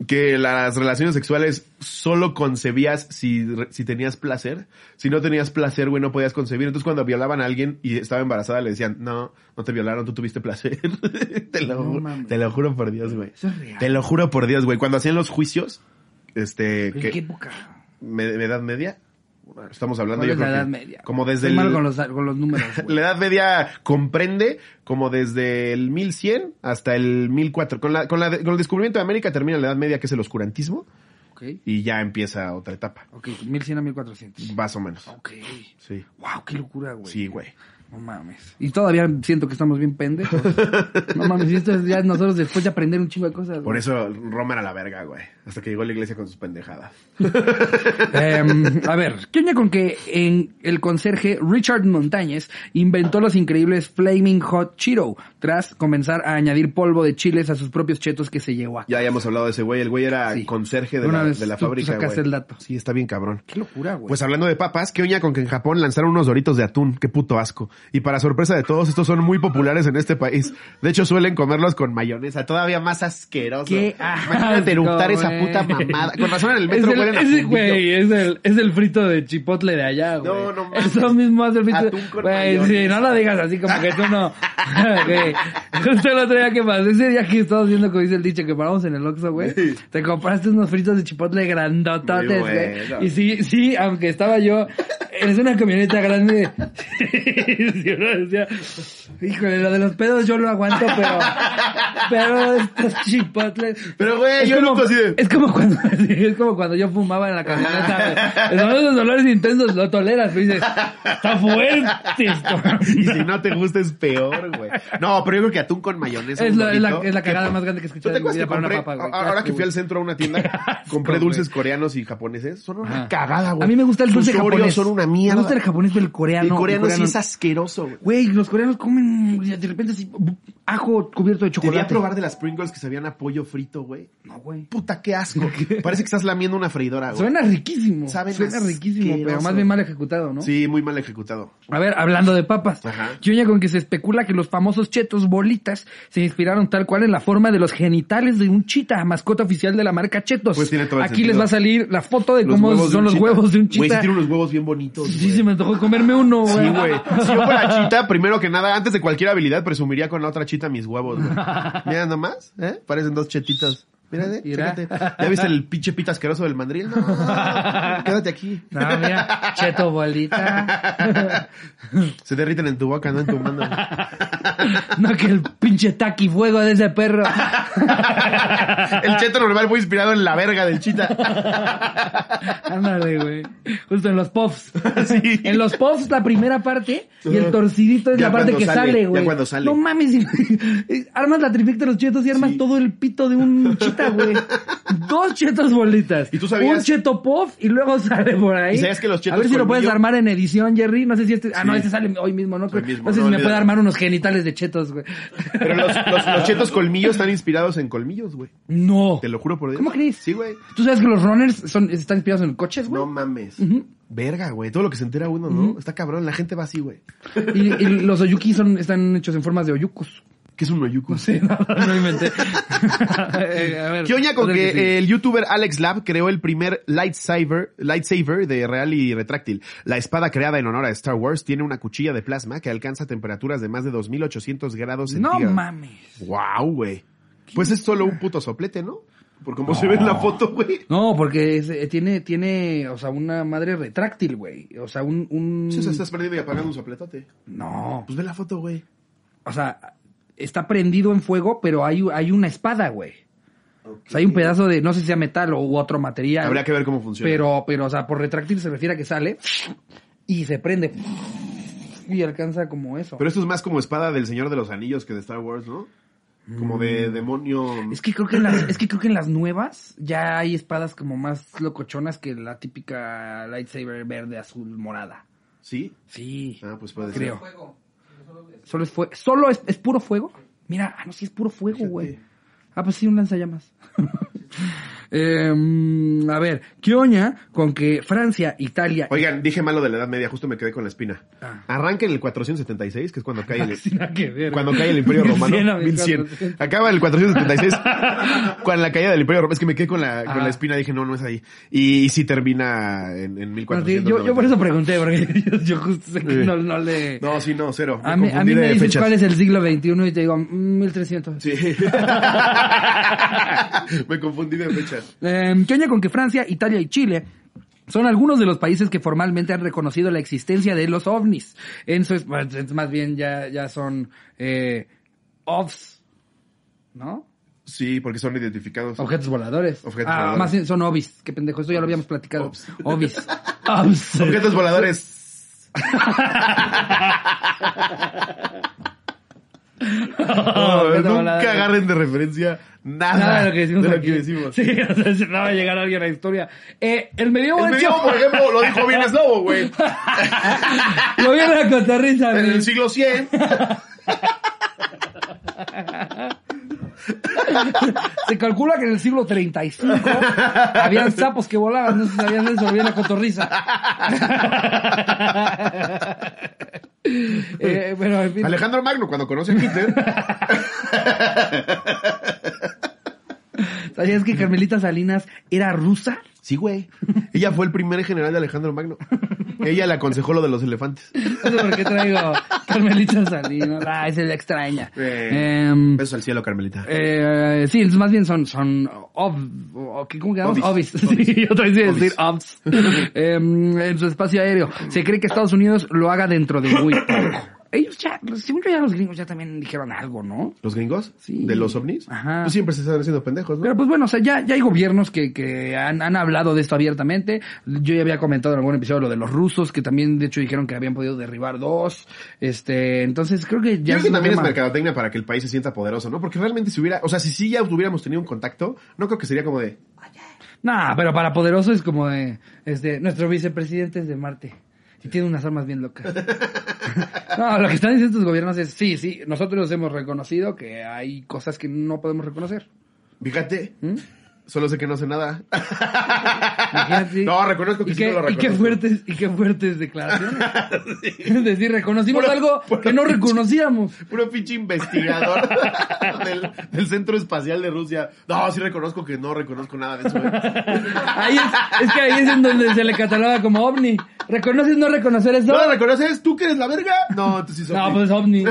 S2: que las relaciones sexuales solo concebías si, si tenías placer. Si no tenías placer, güey, no podías concebir. Entonces cuando violaban a alguien y estaba embarazada, le decían, no, no te violaron, tú tuviste placer. (laughs) te, lo,
S1: No
S2: ju-
S1: mames.
S2: te lo juro por Dios, güey.
S1: Eso es real.
S2: Te lo juro por Dios, güey. Cuando hacían los juicios, este...
S1: ¿En
S2: que-
S1: qué época?
S2: me- edad media. Estamos hablando
S1: ¿Cuál
S2: yo
S1: es la
S2: creo que
S1: edad media?
S2: como
S1: Estoy
S2: desde el-
S1: malo con los, con los números, güey.
S2: (laughs) la edad media comprende como desde el 1100 hasta el 1400. Con, la, con, la- con el descubrimiento de América termina la edad media que es el oscurantismo
S1: Ok,
S2: y ya empieza otra etapa,
S1: ok, 1100 a 1400.
S2: más o menos.
S1: Ok.
S2: Sí.
S1: Wow, qué locura, güey.
S2: Sí, güey.
S1: No mames. Y todavía siento que estamos bien pendejos. No mames, y esto es ya nosotros después de aprender un chingo de cosas.
S2: Por
S1: güey.
S2: eso Roma era la verga, güey. Hasta que llegó la iglesia con sus pendejadas.
S1: Em, a ver, ¿qué onda con que en el conserje Richard Montañez inventó los increíbles Flaming Hot Cheeto tras comenzar a añadir polvo de chiles a sus propios chetos que se llevó a
S2: Ya habíamos hablado de ese güey. El güey era
S1: Sí.
S2: conserje de
S1: Una
S2: la,
S1: vez
S2: de la
S1: tú- tú
S2: fábrica,
S1: sacaste
S2: güey.
S1: el dato.
S2: Sí, está bien cabrón.
S1: Qué locura, güey.
S2: Pues hablando de papas, ¿qué oña con que en Japón lanzaron unos doritos de atún? Qué puto asco. Y para sorpresa de todos, estos son muy populares en este país. De hecho, suelen comerlos con mayonesa, todavía más asqueroso.
S1: Qué
S2: Imagínate eructar
S1: asco,
S2: esa
S1: güey.
S2: puta mamada. Con razón en el
S1: Es
S2: metro
S1: el,
S2: huelen a
S1: es, el-
S2: fundillo.
S1: güey, es el, es el frito de chipotle de allá, güey.
S2: No, no mames.
S1: Eso mismo hace el frito.
S2: Atún con
S1: Güey, sí,
S2: mayonesa.
S1: no lo digas así como que tú
S2: (laughs)
S1: no. (laughs) Güey, justo el otro día que pasó, ese día que estabas viendo que dice el dicho que paramos en el Oxxo, güey, te compraste unos fritos de chipotle grandototes,
S2: Muy
S1: güey.
S2: bueno.
S1: Y sí, sí, aunque estaba yo, es una camioneta grande. (laughs) Sí, uno decía, híjole, lo de los pedos yo lo aguanto, pero, pero estos chipotles.
S2: Pero, güey,
S1: Es
S2: yo
S1: como,
S2: loco así de-
S1: es como cuando (laughs) es como cuando yo fumaba en la camioneta. güey. Son esos dolores intensos, lo toleras, pero dices, está fuerte esto.
S2: (laughs) Y si no te gusta es peor, güey. No, pero yo creo que atún con mayonesa.
S1: Es
S2: un
S1: la, es la-
S2: dorito.
S1: es la cagada
S2: Qué-
S1: más grande que he
S2: ¿Tú
S1: escuchado
S2: te
S1: en mi vida
S2: acuerdas que
S1: para
S2: compré,
S1: una papa, güey.
S2: a- ahora
S1: Qué
S2: que fui al
S1: asco,
S2: centro a
S1: (laughs)
S2: una tienda, compré
S1: güey.
S2: dulces coreanos y japoneses? Son una
S1: Ajá.
S2: cagada, güey.
S1: A mí me gusta el
S2: Sus
S1: dulce
S2: Oreos
S1: japonés.
S2: son una mierda.
S1: Me gusta el japonés del
S2: El
S1: coreano.
S2: coreano, sí es
S1: así.
S2: asqueroso, güey.
S1: Güey, los coreanos comen y de repente así, ajo cubierto de chocolate.
S2: Quería probar de las Pringles que sabían a pollo frito, güey.
S1: No, güey.
S2: Puta, qué asco.
S1: (laughs)
S2: Parece que estás lamiendo una freidora, güey.
S1: Suena riquísimo.
S2: Saben
S1: suena riquísimo, pero
S2: asqueroso.
S1: más bien mal ejecutado, ¿no?
S2: Sí, muy mal ejecutado.
S1: A ver, hablando de papas,
S2: Ajá.
S1: yo ya con que se especula que los famosos chetos bolitas se inspiraron tal cual en la forma de los genitales de un chita, mascota oficial de la marca Chetos.
S2: Pues tiene todo el
S1: Aquí
S2: sentido.
S1: les va a salir la foto de
S2: Los
S1: cómo
S2: huevos de
S1: son
S2: un
S1: los
S2: chita.
S1: huevos de un
S2: Güey, sí
S1: chita.
S2: tiene unos huevos bien bonitos,
S1: Sí,
S2: güey.
S1: se me antojó comerme uno, güey.
S2: Sí, güey. Si yo
S1: (laughs)
S2: fuera chita, primero que nada, antes de cualquier habilidad, presumiría con la otra chita mis huevos, güey. Mira nomás, ¿eh? Parecen dos chetitas. Mira, eh,
S1: Mira.
S2: chécate. ¿Ya viste el pinche pita asqueroso del mandril?
S1: (laughs)
S2: No, quédate aquí.
S1: No, mira, cheto bolita.
S2: (laughs) Se derriten en tu boca, no en
S1: (laughs)
S2: tu mano.
S1: No, que el pinche taqui fuego de ese perro. (laughs)
S2: el cheto normal fue inspirado en la verga del chita.
S1: Ándale, güey. Justo en los puffs.
S2: (laughs) Sí.
S1: En los puffs la primera parte y el torcidito es
S2: Ya
S1: la parte
S2: cuando
S1: que
S2: sale,
S1: sale,
S2: ya
S1: güey.
S2: cuando sale.
S1: No mames. (laughs) armas la trifecta de los chetos y armas
S2: Sí.
S1: todo el pito de un chita, güey. Dos chetos bolitas.
S2: ¿Y tú sabías?
S1: Un cheto puff y luego sale por ahí.
S2: ¿Y sabías que los
S1: A
S2: chetos
S1: ver si lo puedes
S2: colmillo-
S1: armar en edición, Jerry. No sé si este... Ah, no,
S2: Sí.
S1: este sale hoy mismo, ¿no?
S2: Hoy mismo,
S1: no sé si
S2: no,
S1: me puede
S2: olvídalo.
S1: armar unos genitales de chetos, güey.
S2: Pero los, los, los chetos colmillos están inspirados en colmillos, güey.
S1: (laughs) No.
S2: Te lo juro por Dios.
S1: ¿Cómo crees?
S2: Sí, güey.
S1: ¿Tú sabes que los runners son, están inspirados en coches, güey?
S2: No mames.
S1: Ujú.
S2: Verga, güey. Todo lo que se entera uno, ¿no? Está cabrón. La gente va así, güey.
S1: Y, y los oyuki son, están hechos en formas de oyucos. (laughs)
S2: ¿Qué es un noyuku?
S1: no, no inventé. (laughs) Eh, a ver,
S2: ¿Qué oña con
S1: creo
S2: que
S1: sí.
S2: el youtuber Alex Lab creó el primer lightsaber, lightsaber de real y retráctil? La espada creada en honor a Star Wars tiene una cuchilla de plasma que alcanza temperaturas de más de 2800 grados
S1: No
S2: centígrados.
S1: mames.
S2: ¡Wow, güey! Pues es solo un puto soplete, ¿no? Por como se ve en la foto, güey.
S1: No, porque es- eh, tiene, tiene, o sea, una madre retráctil, güey. O sea, un, un...
S2: Sí, o sea, estás perdiendo y apagando un sopletote.
S1: No,
S2: Pues ve la foto, güey.
S1: o sea, está prendido en fuego, pero hay, hay una espada, güey. O sea, hay un pedazo de, no sé si sea metal o u otro material.
S2: Habría que ver cómo funciona.
S1: Pero, pero, o sea, por retráctil se refiere a que sale y se prende. Y alcanza como eso.
S2: Pero esto es más como espada del Señor de los Anillos que de Star Wars, ¿no? Como de demonio.
S1: Es que creo que en las, es que creo que en las nuevas ya hay espadas como más locochonas que la típica lightsaber verde, azul, morada.
S2: ¿Sí?
S1: Sí.
S2: Ah, pues puede
S1: Creo.
S2: ser.
S3: Fuego. Solo es-
S1: Solo es fue solo es, es puro fuego. Mira, ah, no, sí es puro fuego, güey. Ah, pues sí, un lanzallamas. (laughs) Em, a ver, ¿qué oña con que Francia, Italia... (laughs)
S2: Oigan, dije malo de la Edad Media, justo me quedé con la espina.
S1: Ah.
S2: Arranca en el 476, que es cuando cae (laughs) el,
S1: Sin nada que ver.
S2: cuando cae el
S1: (laughs)
S2: Imperio Romano. 1100. Acaba el 476 con la caída del Imperio Romano. Es que me quedé con la, con
S1: Ah.
S2: la espina, dije, no, no es ahí. Y, y sí termina en, en
S1: Bueno, sí,
S2: 1400.
S1: yo, yo por eso pregunté, porque (laughs) yo, yo justo sé que
S2: Sí.
S1: no, no le...
S2: No, sí, no, cero.
S1: a, mí, a
S2: confundí
S1: mí me
S2: de
S1: dices
S2: fechas.
S1: cuál es el siglo XXI y te digo mm, 1300.
S2: Sí. (laughs) me confundí de fechas.
S1: Eh, ¿Qué oña con que Francia, Italia y Chile son algunos de los países que formalmente han reconocido la existencia de los ovnis? En su, es más bien ya, ya son eh, ovs, ¿no?
S2: Sí, porque son identificados.
S1: Objetos voladores.
S2: Objetos
S1: ah,
S2: voladores.
S1: más bien son ovis. Qué pendejo, esto ya lo habíamos platicado. (laughs)
S2: Ovs. (laughs)
S1: Ovis. Ovs. (laughs)
S2: Objetos voladores.
S1: (laughs) Objeto
S2: Oh, nunca
S1: volador.
S2: agarren de referencia nada,
S1: Nada de lo que decimos.
S2: de lo
S1: aquí.
S2: que decimos.
S1: (laughs) Sí, o sea, se no va a llegar alguien a la historia. Eh, el medio
S2: El medievo, por ejemplo, lo dijo bien
S1: (laughs)
S2: Slobo, güey.
S1: Lo vieron a Cotarriza.
S2: En el siglo 100.
S1: Se calcula que en el siglo 35 habían sapos que volaban, no se sabían eso, había la
S2: (laughs)
S1: cotorriza. eh, bueno, en fin.
S2: Alejandro Magno, cuando conoce a Hitler.
S1: ¿Sabías que Carmelita Salinas era rusa? (laughs)
S2: Sí, güey. Ella fue el primer general de Alejandro Magno. Ella le aconsejó lo de los elefantes.
S1: (laughs) No sé por qué traigo Carmelita Salinas. Ay, se la extraña.
S2: Eh,
S1: Em,
S2: Besos al cielo, Carmelita.
S1: Eh, sí, entonces más bien son, son ob, o- ¿qué- ¿cómo quedamos? Obis. (laughs)
S2: Obis.
S1: Sí, yo también iba a decir obs. (laughs)
S2: Obis.
S1: Em, en su espacio aéreo. Se cree que Estados Unidos lo haga dentro de muy poco. Ellos ya, según yo ya los gringos ya también dijeron algo, ¿no?
S2: ¿Los gringos?
S1: Sí.
S2: ¿De los ovnis?
S1: Ajá.
S2: Pues siempre se están haciendo pendejos, ¿no?
S1: Pero pues bueno, o sea, ya, ya hay gobiernos que, que han, han hablado de esto abiertamente. Yo ya había comentado en algún episodio lo de los rusos, que también de hecho dijeron que habían podido derribar dos. Este, entonces creo que ya...
S2: Yo creo que
S1: un
S2: también es
S1: tema-
S2: mercadotecnia para que el país se sienta poderoso, ¿no? Porque realmente si hubiera, o sea, si sí ya hubiéramos tenido un contacto, no creo que sería como de, (laughs)
S1: Nah, pero para poderoso es como de, este, nuestro vicepresidente es de Marte. Y tiene unas armas bien locas. no, lo que están diciendo estos gobiernos es, sí, sí, nosotros hemos reconocido que hay cosas que no podemos reconocer.
S2: fíjate,
S1: ¿Mm?
S2: Solo sé que no sé nada.
S1: Imagínate.
S2: (laughs) No, reconozco que
S1: y
S2: sí,
S1: qué,
S2: no lo
S1: y qué
S2: reconozco.
S1: fuertes, y qué fuertes declaraciones.
S2: (laughs)
S1: Es decir, reconocimos
S2: Pura-
S1: algo
S2: pura
S1: que no
S2: pinche-
S1: reconocíamos.
S2: Puro pinche investigador (laughs) del, del Centro Espacial de Rusia. No, sí reconozco que no reconozco nada de eso. ¿eh?
S1: Ahí es, es que ahí es en donde se le cataloga como ovni. ¿Reconoces no reconocer eso?
S2: ¿No la reconoces? ¿Tú que eres la verga? No, tú sí sos.
S1: No, pues ovni.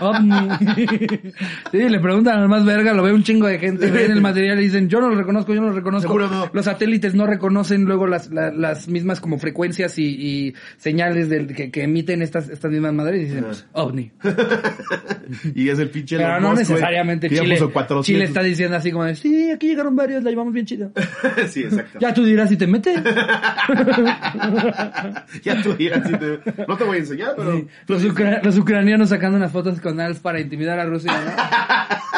S1: ovni. (laughs) sí, le preguntan al más verga, lo ve un chingo de gente, ven el material y dicen, yo no lo reconozco, yo no lo reconozco.
S2: Seguro no.
S1: Los satélites no reconocen luego las, la- las mismas como frecuencias y, y señales del, que, que emiten estas, estas mismas madres y dicen, pues, ovni.
S2: (laughs) y es el pinche
S1: Pero
S2: Elon
S1: no
S2: Musk, güey,
S1: necesariamente
S2: que ya
S1: Chile.
S2: puso 400.
S1: Chile está diciendo así como de, sí, aquí llegaron varios, la llevamos bien chido.
S2: (laughs) sí, exacto.
S1: Ya tú dirás si te
S2: (laughs)
S1: metes.
S2: Ya tú dirás. si te- No te voy a enseñar, pero. pues,
S1: Sí. Pues, Los, ucra- los ucranianos sacando unas fotos con ALS para intimidar a Rusia,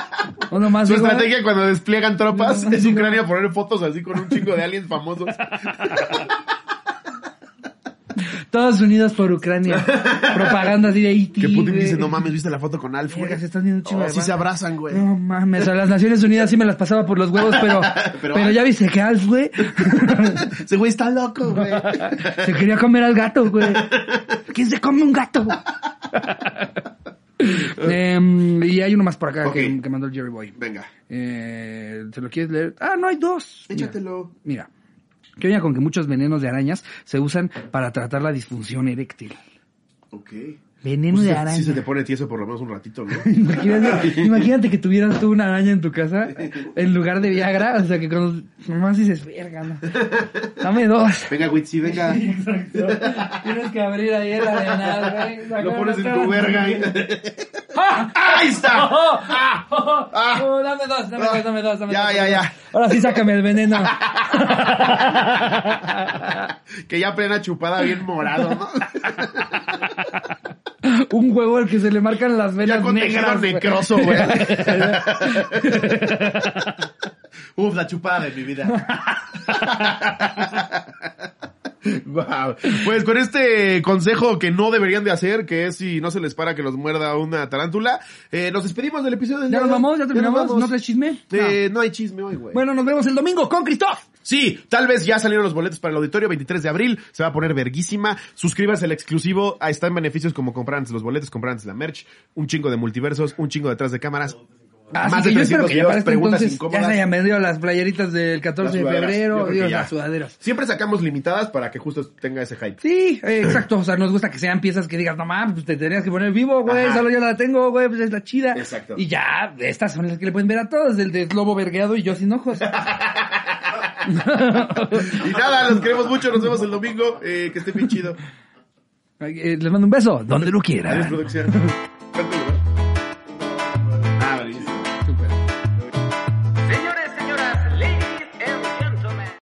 S2: (laughs)
S1: ¿no? Uno más.
S2: Su
S1: igual.
S2: estrategia cuando despliegan tropas
S1: (laughs) No, no,
S2: es
S1: no.
S2: Ucrania poner fotos así con un chingo de aliens famosos.
S1: Todos unidos por Ucrania. Propaganda así de IT.
S2: Que Putin dice, no mames, ¿viste la foto con Alf, güey?
S1: se están viendo un chingo
S2: Oh,
S1: de
S2: sí se
S1: banda".
S2: abrazan, güey.
S1: No mames, a las Naciones Unidas sí me las pasaba por los huevos,
S2: (laughs)
S1: pero,
S2: Pero-
S1: pero, ya viste que ALS, güey,
S2: (laughs) Ese güey está loco,
S1: (laughs)
S2: güey.
S1: se quería comer al gato, güey. ¿Quién se come un gato? Em, y hay uno más por acá
S2: Ok.
S1: que, que mandó el Jerry Boy.
S2: Venga,
S1: Eh, ¿Se lo quieres leer? Ah, no, hay dos. Mira.
S2: échatelo.
S1: Mira, que oña con que muchos venenos de arañas se usan para tratar la disfunción eréctil.
S2: Ok.
S1: Veneno
S2: Pues
S1: de
S2: se-
S1: araña.
S2: Pues Sí se te pone tieso por lo menos un ratito, ¿no?
S1: (laughs)
S2: (laughs)
S1: Imagínate, imagínate que tuvieras tú una araña en tu casa en lugar de Viagra, o sea que cuando nomás dices, verga, no. dame dos.
S2: Venga, güey, sí, venga.
S1: (laughs) Exacto. Tienes que abrir ahí el arenal, güey.
S2: (laughs)
S1: sacar
S2: Lo pones en
S1: la
S2: tu
S1: cara.
S2: verga ahí.
S1: (laughs) ¡Ah!
S2: ¡Ahí está!
S1: ¡Oh! ¡Oh!
S2: Ah.
S1: ¡Oh! dame dos, dame
S2: Ah.
S1: dos, dame dos, dame
S2: Ya,
S1: dos.
S2: ya,
S1: dame
S2: ya.
S1: dos. Ahora sí sácame el
S2: (laughs)
S1: veneno.
S2: (laughs) Que ya plena chupada bien morado, ¿no?
S1: (laughs) Un huevo al que se le marcan las
S2: Ya
S1: venas
S2: con
S1: negras.
S2: tejido
S1: güey.
S2: necroso, güey. (laughs) Uf, la chupada de mi vida. (laughs) Wow. Pues con este consejo que no deberían de hacer, que es si no se les para que los muerda una tarántula, eh, nos despedimos del episodio del
S1: ¿Ya
S2: día
S1: nos
S2: de hoy.
S1: vamos? ¿Ya terminamos?
S2: nos vamos.
S1: ¿No traes chisme?
S2: Eh, no hay chisme hoy, güey.
S1: Bueno, nos vemos el domingo con Christoph.
S2: Sí, tal vez ya salieron los boletos para el auditorio 23 de abril, se va a poner verguísima. Suscríbase al exclusivo, ahí están beneficios como comprar antes los boletos, comprar antes la merch, un chingo de multiversos, un chingo detrás de cámaras.
S1: Así
S2: más
S1: que Ah, yo espero
S2: de 300
S1: que ya
S2: videos,
S1: para este
S2: preguntas
S1: entonces ya
S2: incómodas.
S1: se hayan vendido las playeritas del 14 de
S2: Las sudaderas, yo
S1: febrero,
S2: creo
S1: digo,
S2: que ya.
S1: las sudaderas.
S2: Siempre sacamos limitadas para que justo tenga ese hype.
S1: Sí, eh, exacto, o sea, nos gusta que sean piezas que digas, no mames, pues te tenías que poner vivo, güey,
S2: Ajá.
S1: solo yo la tengo, güey, pues es la chida.
S2: Exacto.
S1: Y ya, estas son las que le pueden ver a todos, el de Lobo Vergueado y yo sin
S2: (laughs)
S1: ojos. (laughs)
S2: Y nada, los queremos mucho, nos vemos el domingo, eh, que esté bien chido.
S1: Eh, Les mando un beso, donde lo quieran. (laughs)
S2: Adiós, producción.